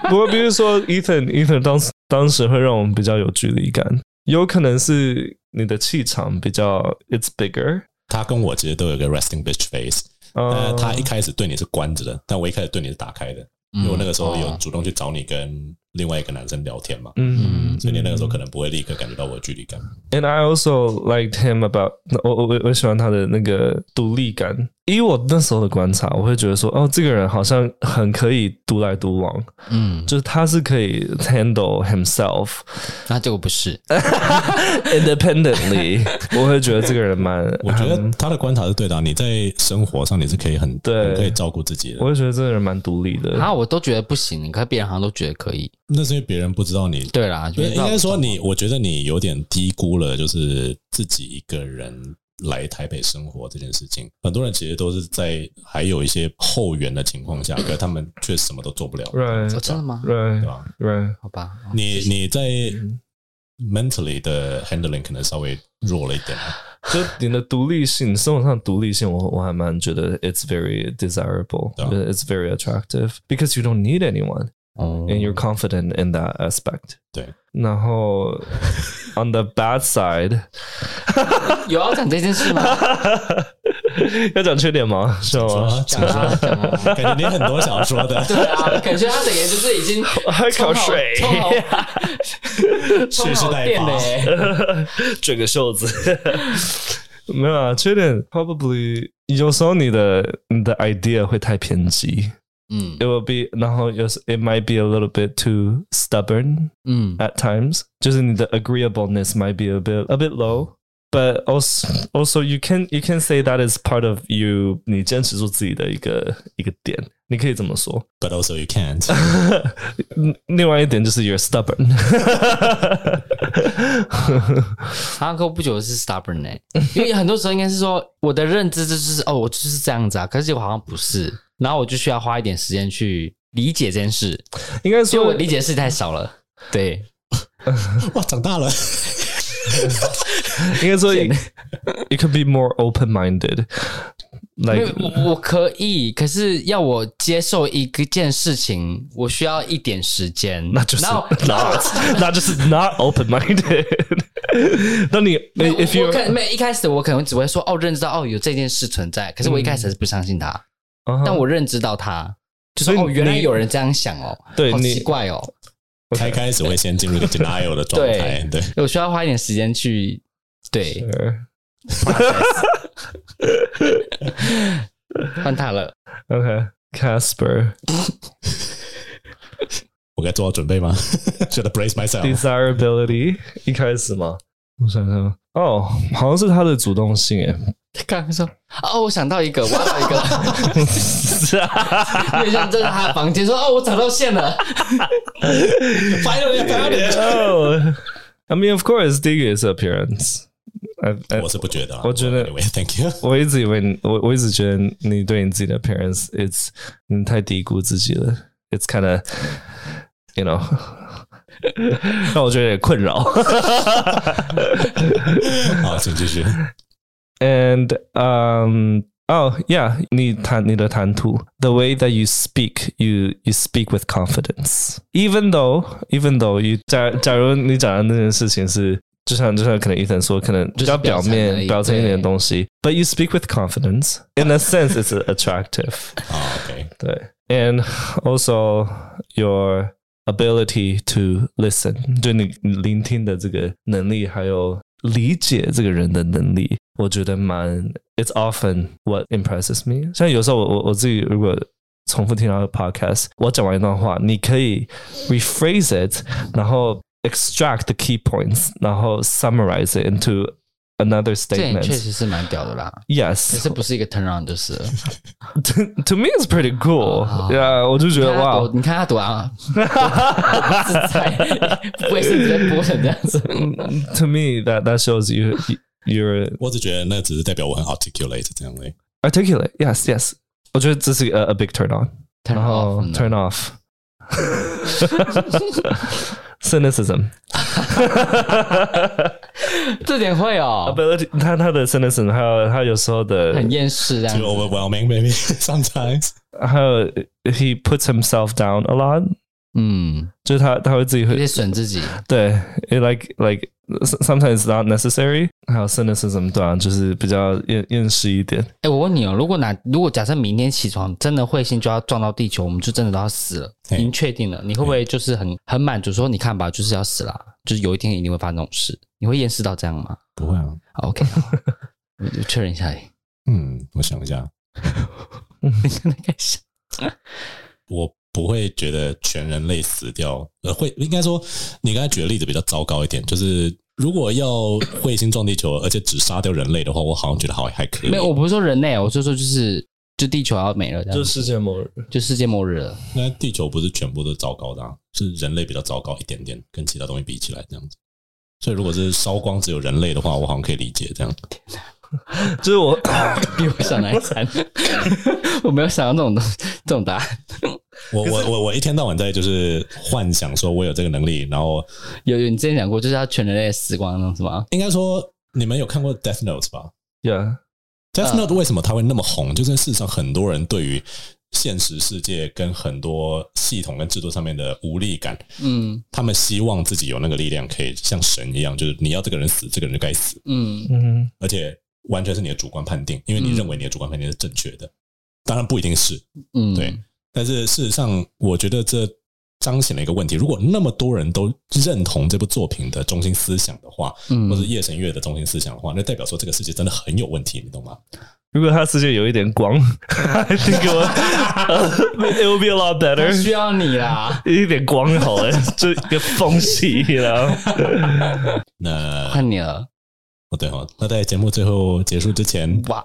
Speaker 2: 不过，比如说 Ethan，Ethan 当时当时会让我们比较有距离感，有可能是你的气场比较 it's bigger，
Speaker 1: 他跟我其实都有个 resting bitch face，
Speaker 2: 呃
Speaker 1: 但，他一开始对你是关着的，但我一开始对你是打开的，
Speaker 2: 嗯
Speaker 3: 嗯
Speaker 1: 因为我那个时候
Speaker 3: 哦
Speaker 1: 有主动去找你跟另外一个男生聊天嘛，
Speaker 2: 哦嗯
Speaker 1: 所以你那个时候可能不会立刻感觉到我的距离感。
Speaker 2: Mm-hmm. And I also liked him about 我我我我喜欢他的那个独立感。以我那时候的观察，我会觉得说，哦，这个人好像很可以独来独往，
Speaker 3: 嗯，
Speaker 2: 就是他是可以 handle himself
Speaker 3: 那结果不是，
Speaker 1: 哎
Speaker 2: independently。我会觉得这个人蛮，
Speaker 1: 我觉得他的观察是对的啊，你在生活上你是可以很
Speaker 2: 对
Speaker 1: 很可以照顾自己的
Speaker 2: 我，会觉得这个人蛮独立的。
Speaker 3: 啊，我都觉得不行，可是别人好像都觉得可以。
Speaker 1: 那是因为别人不知道你
Speaker 3: 对啦，
Speaker 1: 对，
Speaker 3: 就是
Speaker 1: 哎应该说你，我觉得你有点低估了，就是自己一个人来台北生活这件事情。很多人其实都是在还有一些后援的情况 下，可是他们却什么都做不了，
Speaker 3: 哦真的吗？
Speaker 1: 对
Speaker 2: right
Speaker 1: 吧？
Speaker 2: right right。
Speaker 3: 好吧，哦
Speaker 1: 你你在 mentally 的 handling 可能稍微弱了一点啊，
Speaker 2: 就你的独立性，生活上的独立性，我我还蛮觉得 it's very desirable,
Speaker 1: 对啊
Speaker 2: it's very attractive because you don't need anyone
Speaker 3: 哦
Speaker 2: and you're confident in that aspect.
Speaker 1: 对。
Speaker 2: 然后 on the bad side，
Speaker 3: 有要讲这 件事吗？
Speaker 2: 要讲缺点吗？是吗？
Speaker 1: 说
Speaker 3: 讲 啊讲啊，
Speaker 1: 感觉你很多想说的，
Speaker 3: 对啊，感觉他整个就是已经
Speaker 2: 喝口水，
Speaker 3: 冲 好
Speaker 1: 蓄势待发。
Speaker 2: 卷个袖子。 没有啊，缺点 probably 有时候你的你的 idea 会太偏激
Speaker 3: 嗯
Speaker 2: ，it will be，然后有时 it might be a little bit too stubborn。
Speaker 3: 嗯
Speaker 2: at times. Just in the agreeableness might be a bit a bit low. But also also you can you can say that is part of you 你坚持住自己的一个一个点，你可以这么说。
Speaker 1: But also you can't。
Speaker 2: 嗯另外一点就是 you're stubborn
Speaker 3: 他跟我不久是 stubborn 呢、因为很多时候应该是说我的认知就是哦，我就是这样子啊，可是我好像不是，然后我就需要花一点时间去理解这件事，
Speaker 2: 应该
Speaker 3: 因为我
Speaker 2: 说
Speaker 3: 理解的事太少 了。对，
Speaker 1: 哇，长大了，
Speaker 2: 应该 说 you could be more open minded.
Speaker 3: 因
Speaker 2: Like
Speaker 3: 为我我可以，可是要我接受一个件事情，我需要一点时 间。
Speaker 2: 那就是
Speaker 3: 然后
Speaker 2: not，那就是 not open minded。那你
Speaker 3: 没有
Speaker 2: if you
Speaker 3: 我可能没有一开始我可能只会说哦，认知到哦有这件事存在，可是我一开始还是不相信他，
Speaker 2: 啊哈
Speaker 3: 但我认知到他，就说
Speaker 2: 所以
Speaker 3: 哦，原来
Speaker 2: 你
Speaker 3: 有人这样想哦，
Speaker 2: 对
Speaker 3: 好
Speaker 2: 你
Speaker 3: 奇怪哦，
Speaker 1: 才开始会先进入一个 denial 的状态，对，
Speaker 3: 我需要花一点时间去对
Speaker 2: Sure.
Speaker 3: process 换他了，
Speaker 2: Okay. Casper.
Speaker 1: 我该做好准备吗 ？Should I brace myself？
Speaker 2: Desirability. 一开始吗？我想想，哦，好像是他的主动性诶。
Speaker 3: 他刚刚说哦，我想到一个，我想到一 个，因为像这个他的房间说哦，我找到 线了，finally found it。
Speaker 2: oh, I mean, of course, 第一个也是 appearance. I, I,
Speaker 1: 我是不觉得啊，
Speaker 2: 呃我觉得
Speaker 1: Anyway，Thank you。
Speaker 2: 我一直以为你，我我一直觉得你对你自己的 appearance，it's 你太低估自己了，it's kind of you know，让我觉得有点困扰。
Speaker 1: 好，请继续。
Speaker 2: And um oh yeah, 你谈你的谈吐 the way that you speak, you you speak with confidence. Even though even though you 假-假如你讲的那件事情是，就像就像可能 Ethan
Speaker 3: 就是表层而已，
Speaker 2: 说，
Speaker 3: 对。
Speaker 2: 可能比较表面表层一点的东西，but you speak with confidence. In a sense, it's attractive.
Speaker 1: 啊，OK，
Speaker 2: 对，and also your ability to listen，就你聆听的这个能力，还有理解这个人的能力，我觉得蛮，it's often what impresses me。像有时候我我我自己如果重复听到 podcast，我讲完一段话，你可以 rephrase it，然后 extract the key points，然后 summarize it into another
Speaker 3: 这点
Speaker 2: statement。
Speaker 3: 确实是蛮屌的啦，
Speaker 2: Yes，
Speaker 3: 可是不是一个 turn around 就是了。
Speaker 2: to, to me it's pretty cool.
Speaker 3: 啊
Speaker 2: yeah，我就觉
Speaker 3: 你
Speaker 2: 得
Speaker 3: 看他
Speaker 2: 哇
Speaker 3: 多，你看他多啊， 自在，卫生纸在播成这样子。
Speaker 2: Mm, to me that that shows you you're
Speaker 1: 我只觉得那只是代表我很 articulate 这样而已。
Speaker 2: articulate. Yes, yes. 我觉得这是一个 a, a big turn on.
Speaker 3: Turn
Speaker 2: 然后
Speaker 3: off，嗯
Speaker 2: turn off. cynicism
Speaker 3: 这点会哦，
Speaker 2: ability，他他的 cynicism，还有他有时候的，
Speaker 3: 很厌世这样
Speaker 1: too
Speaker 3: 子。
Speaker 1: overwhelming maybe sometimes。
Speaker 2: 还有 he puts himself down a lot，
Speaker 3: 嗯，
Speaker 2: 就是他他会自己
Speaker 3: 有
Speaker 2: 会
Speaker 3: 点损自己。
Speaker 2: 对，it，like like sometimes not necessary，还有 cynicism，对啊，就是比较厌厌世一点。
Speaker 3: 哎、我问你哦，如果哪如果假设明天起床真的彗星就要撞到地球，我们就真的都要死了，
Speaker 1: 嘿
Speaker 3: 已经确定了，你会不会就是很很满足说，你看吧，就是要死啦，就是有一天一定会发生这种事，你会厌世到这样吗
Speaker 1: 不会啊，
Speaker 3: 好？OK，好我我确认一下而已，
Speaker 1: 嗯，我想一下，
Speaker 3: 你真的开始
Speaker 1: 我不会觉得全人类死掉，呃，会应该说你刚才举的例子比较糟糕一点，就是如果要彗星撞地球，而且只杀掉人类的话，我好像觉得好还可以。
Speaker 3: 没有，我不是说人类，哦我是说就是就地球要没了，这样
Speaker 2: 世界末日，
Speaker 3: 就世界末日了。
Speaker 1: 那地球不是全部都糟糕的、啊，是人类比较糟糕一点点，跟其他东西比起来这样子。所以如果是烧光只有人类的话，我好像可以理解这样。
Speaker 2: 就是我
Speaker 3: 比我想的 还惨，我没有想到这种东西这种答案。
Speaker 1: 我我我我一天到晚在就是幻想说我有这个能力，然后
Speaker 3: 有有，你之前讲过，就是要全人类死光那种是吗？
Speaker 1: 应该说你们有看过《Death Note》吧？
Speaker 2: yeah，
Speaker 1: Death
Speaker 3: 嗯
Speaker 1: Note 为什么它会那么红？就是事实上很多人对于现实世界跟很多系统跟制度上面的无力感，
Speaker 3: 嗯
Speaker 1: 他们希望自己有那个力量，可以像神一样，就是你要这个人死，这个人就该死，
Speaker 3: 嗯
Speaker 2: 嗯
Speaker 1: 而且完全是你的主观判定，因为你
Speaker 3: 嗯
Speaker 1: 认为你的主观判定是正确的，当然不一定是，
Speaker 3: 嗯，
Speaker 1: 对，但是事实上，我觉得这彰显了一个问题：如果那么多人都认同这部作品的中心思想的话，
Speaker 3: 嗯
Speaker 1: 或者夜神月的中心思想的话，那代表说这个世界真的很有问题，你懂吗？
Speaker 2: 如果他世界有一点光，I think it would, it would be a lot
Speaker 3: 不
Speaker 2: better。
Speaker 3: 需要你啦。
Speaker 2: 一点光好了，就一个缝隙了。
Speaker 1: 那
Speaker 3: 换你了，
Speaker 1: 哦，对哦，那在节目最后结束之前，
Speaker 3: 哇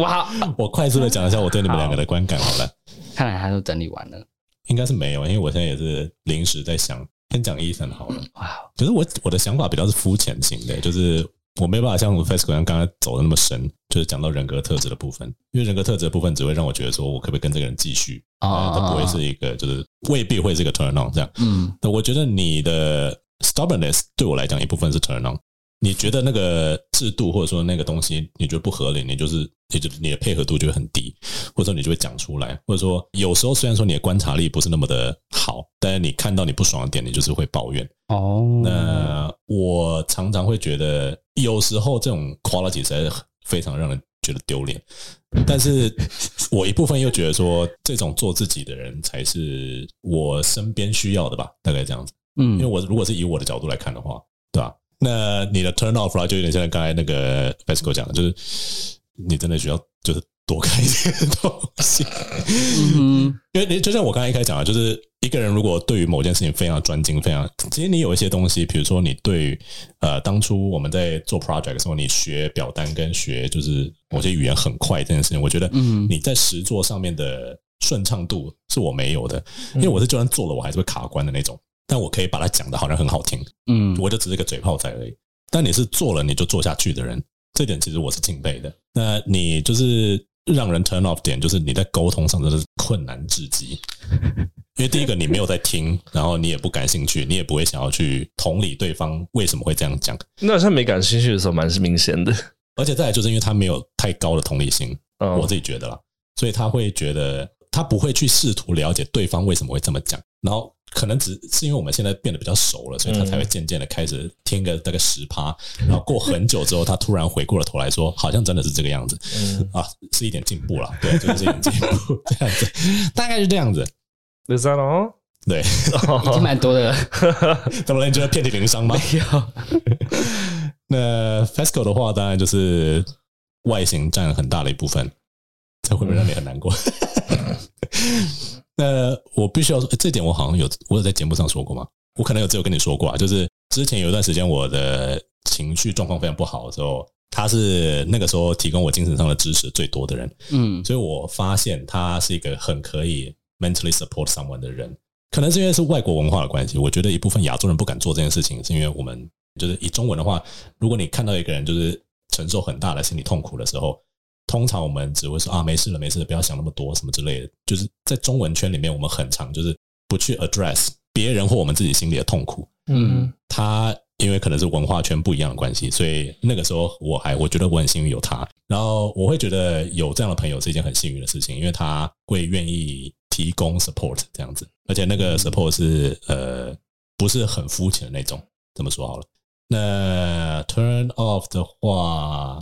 Speaker 3: 哇！
Speaker 1: 我快速的讲一下我对你们两个的观感好了，
Speaker 3: 看来他都整理完了，
Speaker 1: 应该是没有，因为我现在也是临时在想，先讲 Ethan 好了。
Speaker 3: 哇！
Speaker 1: 可是我我的想法比较是肤浅型的，就是我没办法像 FESCO 一样刚才走的那么深，就是讲到人格特质的部分，因为人格特质的部分只会让我觉得说我可不可以跟这个人继续，
Speaker 3: 哦
Speaker 1: 啊，它不会是一个就是未必会是一个 turn on 这样。
Speaker 3: 嗯
Speaker 1: 那我觉得你的 stubbornness 对我来讲一部分是 turn on。你觉得那个制度或者说那个东西你觉得不合理，你就是你就你的配合度就会很低，或者说你就会讲出来，或者说有时候虽然说你的观察力不是那么的好，但是你看到你不爽的点，你就是会抱怨。
Speaker 3: 哦，
Speaker 1: 那我常常会觉得，有时候这种 quality 实在是非常让人觉得丢脸。但是我一部分又觉得说，这种做自己的人才是我身边需要的吧，大概这样子。因为
Speaker 3: 嗯
Speaker 1: 我如果是以我的角度来看的话，对吧、那你的 turn off 啦，就有点像刚才那个 Basco 讲的，就是你真的需要就是多看一些东西。
Speaker 3: 嗯
Speaker 1: 因为你就像我刚才一开始讲的，就是一个人如果对于某件事情非常专精，非常，其实你有一些东西，比如说你对于呃，当初我们在做 project 的时候，你学表单跟学就是某些语言很快这件事情，我觉得
Speaker 3: 嗯
Speaker 1: 你在实作上面的顺畅度是我没有的，因
Speaker 3: 嗯
Speaker 1: 为我是就算做了，我还是会卡关的那种。但我可以把它讲的好像很好听，
Speaker 3: 嗯
Speaker 1: 我就只是个嘴炮仔而已。但你是做了你就做下去的人，这点其实我是敬佩的。那你就是让人 turn off 点，就是你在沟通上真的是困难至极。因为第一个你没有在听，然后你也不感兴趣，你也不会想要去同理对方为什么会这样讲，
Speaker 2: 那好像没感兴趣的时候，蛮是明显的。
Speaker 1: 而且再来就是因为他没有太高的同理心，
Speaker 2: 嗯
Speaker 1: 我自己觉得啦，所以他会觉得他不会去试图了解对方为什么会这么讲，然后可能只是因为我们现在变得比较熟了，所以他
Speaker 2: 嗯
Speaker 1: 才会渐渐的开始听个大概十趴，然后过很久之后，他突然回过了头来说，好像真的是这个样子
Speaker 2: 嗯
Speaker 1: 啊，是一点进步啦，对，就是一点进步 这样子，大概是这样子。
Speaker 2: Is that all？
Speaker 1: 对，
Speaker 3: 已经蛮多的了，
Speaker 1: 怎么了？你觉得遍体鳞伤吗？
Speaker 3: 有
Speaker 1: 那 FESCO 的话，当然就是外形占很大的一部分，这会不会让你很难过？ 那我必须要说，诶这点我好像有，我有在节目上说过吗？我可能有只有跟你说过啊，就是之前有一段时间我的情绪状况非常不好的时候，他是那个时候提供我精神上的支持最多的人，
Speaker 3: 嗯
Speaker 1: 所以我发现他是一个很可以 mentally support someone 的人。可能是因为是外国文化的关系，我觉得一部分亚洲人不敢做这件事情，是因为我们就是以中文的话，如果你看到一个人就是承受很大的心理痛苦的时候，通常我们只会说啊没事了没事了，不要想那么多什么之类的。就是在中文圈里面，我们很常就是不去 address 别人或我们自己心里的痛苦，
Speaker 2: 嗯
Speaker 1: 他因为可能是文化圈不一样的关系，所以那个时候我还我觉得我很幸运有他，然后我会觉得有这样的朋友是一件很幸运的事情，因为他会愿意提供 support 这样子，而且那个 support 是呃不是很肤浅的那种，这么说好了。那 turn off 的话，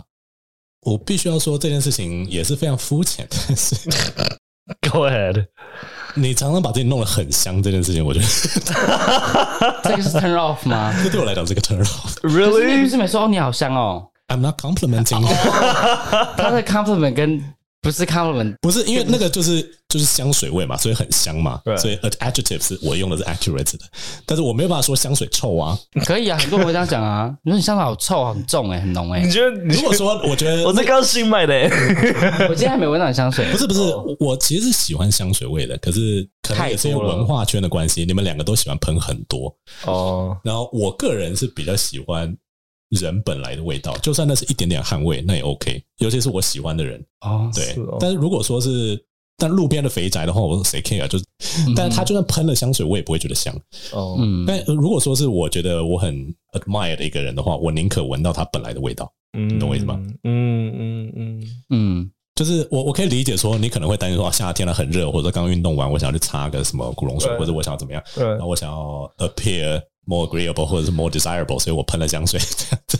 Speaker 1: 我必须要说这件事情也是非常肤浅的事 情。
Speaker 2: ，Go ahead，
Speaker 1: 你常常把自己弄得很香这件事情，我觉得
Speaker 3: 这个是 turn off 吗
Speaker 1: 这对我来讲是个 turn off。
Speaker 3: 可是你不
Speaker 2: Really？
Speaker 3: 是每次哦，你好香 哦，
Speaker 1: I'm not complimenting，you
Speaker 3: 他的 compliment 跟不是 compliment
Speaker 1: 不是因为那个就是就是香水味嘛，所以很香嘛
Speaker 2: 对，
Speaker 1: 所以 adjective 是我用的是 accurate 的，但是我没有办法说香水臭 啊。
Speaker 3: 可以啊，很多人会这样讲啊。你说你香水好臭，很重哎、很浓 哎、
Speaker 2: 你觉得？你
Speaker 1: 如果说我觉得
Speaker 2: 我是刚新买的欸，
Speaker 3: 我今天还没闻到你香水
Speaker 1: 不，是不是，
Speaker 2: 哦
Speaker 1: 我其实是喜欢香水味的，可是可能也是因为
Speaker 2: 太多了
Speaker 1: 文化圈的关系，你们两个都喜欢喷很多，
Speaker 2: 哦，
Speaker 1: 然后我个人是比较喜欢人本来的味道，就算那是一点点汗味，那也 OK。尤其是我喜欢的人，
Speaker 3: 哦，
Speaker 1: 对。
Speaker 2: 是哦
Speaker 1: 但是如果说是但路边的肥宅的话，我说谁 care 啊？就是，
Speaker 2: 嗯
Speaker 1: 但是他就算喷了香水，我也不会觉得香。
Speaker 2: 哦，
Speaker 3: 嗯，
Speaker 1: 但如果说是我觉得我很 admire 的一个人的话，我宁可闻到他本来的味道。
Speaker 2: 你
Speaker 1: 懂我意思吗？
Speaker 2: 嗯嗯嗯，
Speaker 3: 嗯，
Speaker 1: 就是我我可以理解说，你可能会担心说、啊、夏天了很热，或者刚运动完，我想要去擦个什么古龙水，
Speaker 2: 对
Speaker 1: 或者我想要怎么样，
Speaker 2: 对
Speaker 1: 然后我想要 appear more agreeable 或者是 more desirable，所以我喷了香水这样子。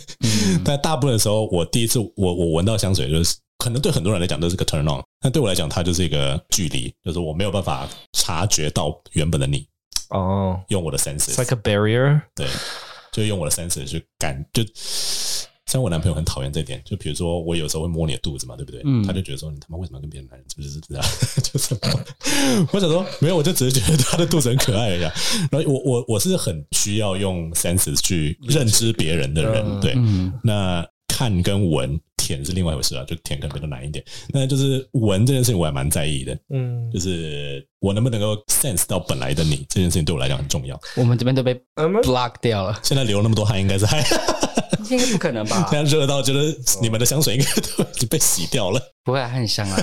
Speaker 1: 但大部分的时候，我第一次我我闻到香水，就是可能对很多人来讲这是个 turn on，但对我来讲，它就是一个距离，就是我没有办法察觉到原本的你，
Speaker 2: 哦
Speaker 1: 用我的
Speaker 2: ，It's
Speaker 1: senses，
Speaker 2: like a barrier，
Speaker 1: 对，就用我的 senses 去感，就像我男朋友很讨厌这点，就比如说我有时候会摸你的肚子嘛，对不对？
Speaker 3: 嗯
Speaker 1: 他就觉得说你他妈为什么要跟别的男人就是这样， 就是我我想说没有，我就只是觉得他的肚子很可爱而已啊、然后我我我是很需要用 senses 去认知别人的人，
Speaker 2: 嗯
Speaker 1: 对，
Speaker 3: 嗯
Speaker 1: 那看跟闻。舔是另外一回事啊，就舔可能比较难一点。那就是闻这件事情，我还蛮在意的，
Speaker 2: 嗯
Speaker 1: 就是我能不能够 sense 到本来的你，这件事情对我来讲很重要。
Speaker 3: 我们这边都被
Speaker 2: 嗯
Speaker 3: block 掉了，
Speaker 1: 现在流那么多汗，应该是还？
Speaker 3: 应该不可能吧
Speaker 1: 现在热到觉得你们的香水应该都已经被洗掉了。
Speaker 3: 不会啊，很香啊。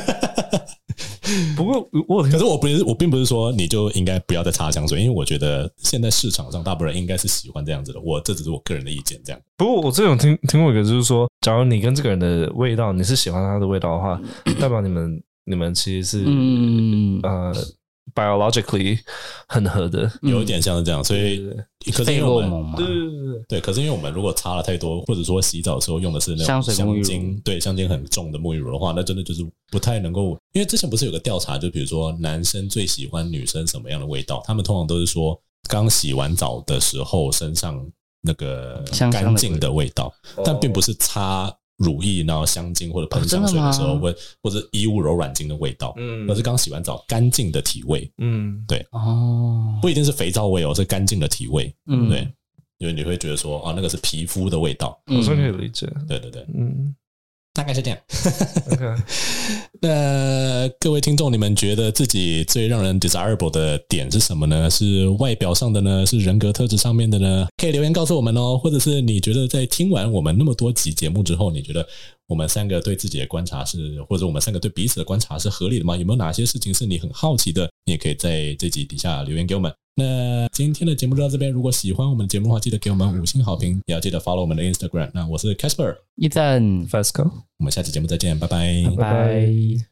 Speaker 2: 不过我
Speaker 1: 可是我不是，我并不是说你就应该不要再擦香水，因为我觉得现在市场上大部分人应该是喜欢这样子的。我这只是我个人的意见，这样。
Speaker 2: 不过我这种听听过一个，就是说，假如你跟这个人的味道，你是喜欢他的味道 的话，代表你们你们其实是、
Speaker 3: 嗯，
Speaker 2: 呃 biologically 很合的，
Speaker 1: 有一点像是这样，所以啊可是
Speaker 3: 费
Speaker 1: 因为我
Speaker 3: 洛
Speaker 1: 们
Speaker 3: 蒙嘛
Speaker 2: 对，对
Speaker 1: 对，可是因为我们如果擦了太多，或者说洗澡的时候用的是那种
Speaker 3: 香水沐浴
Speaker 1: 香
Speaker 3: 乳
Speaker 1: 精，对香精很重的沐浴乳的话，那真的就是不太能够。因为之前不是有个调查，就比如说男生最喜欢女生什么样的味道，他们通常都是说刚洗完澡的时候身上那个
Speaker 3: 香香的
Speaker 1: 干净的味道，
Speaker 2: 对
Speaker 1: 但并不是擦乳液然后香精或者喷
Speaker 3: 哦真的
Speaker 1: 香水的时候，
Speaker 3: 吗
Speaker 1: 或、或者衣物柔软巾的味道，
Speaker 2: 嗯
Speaker 1: 而是刚洗完澡干净的体味，
Speaker 2: 嗯
Speaker 3: 哦，
Speaker 1: 不一定是肥皂味哦，是干净的体味，
Speaker 3: 嗯
Speaker 1: 对。因为你会觉得说啊，那个是皮肤的味道，
Speaker 2: 我说可以
Speaker 3: 嗯
Speaker 2: 理解，
Speaker 1: 对对对，
Speaker 2: 嗯
Speaker 1: 大概是这样。
Speaker 2: ，OK，
Speaker 1: 那各位听众，你们觉得自己最让人 desirable 的点是什么呢？是外表上的呢？是人格特质上面的呢？可以留言告诉我们哦。或者是你觉得在听完我们那么多集节目之后，你觉得我们三个对自己的观察是，或者我们三个对彼此的观察是合理的吗？有没有哪些事情是你很好奇的？你也可以在这集底下留言给我们。那今天的节目就到这边。如果喜欢我们的节目的话，记得给我们五星好评，也要记得 follow 我们的 Instagram。那我是 Casper，
Speaker 3: 一阵，
Speaker 2: f a s c o
Speaker 1: 我们下期节目再见，拜拜。
Speaker 2: 拜拜
Speaker 3: 拜。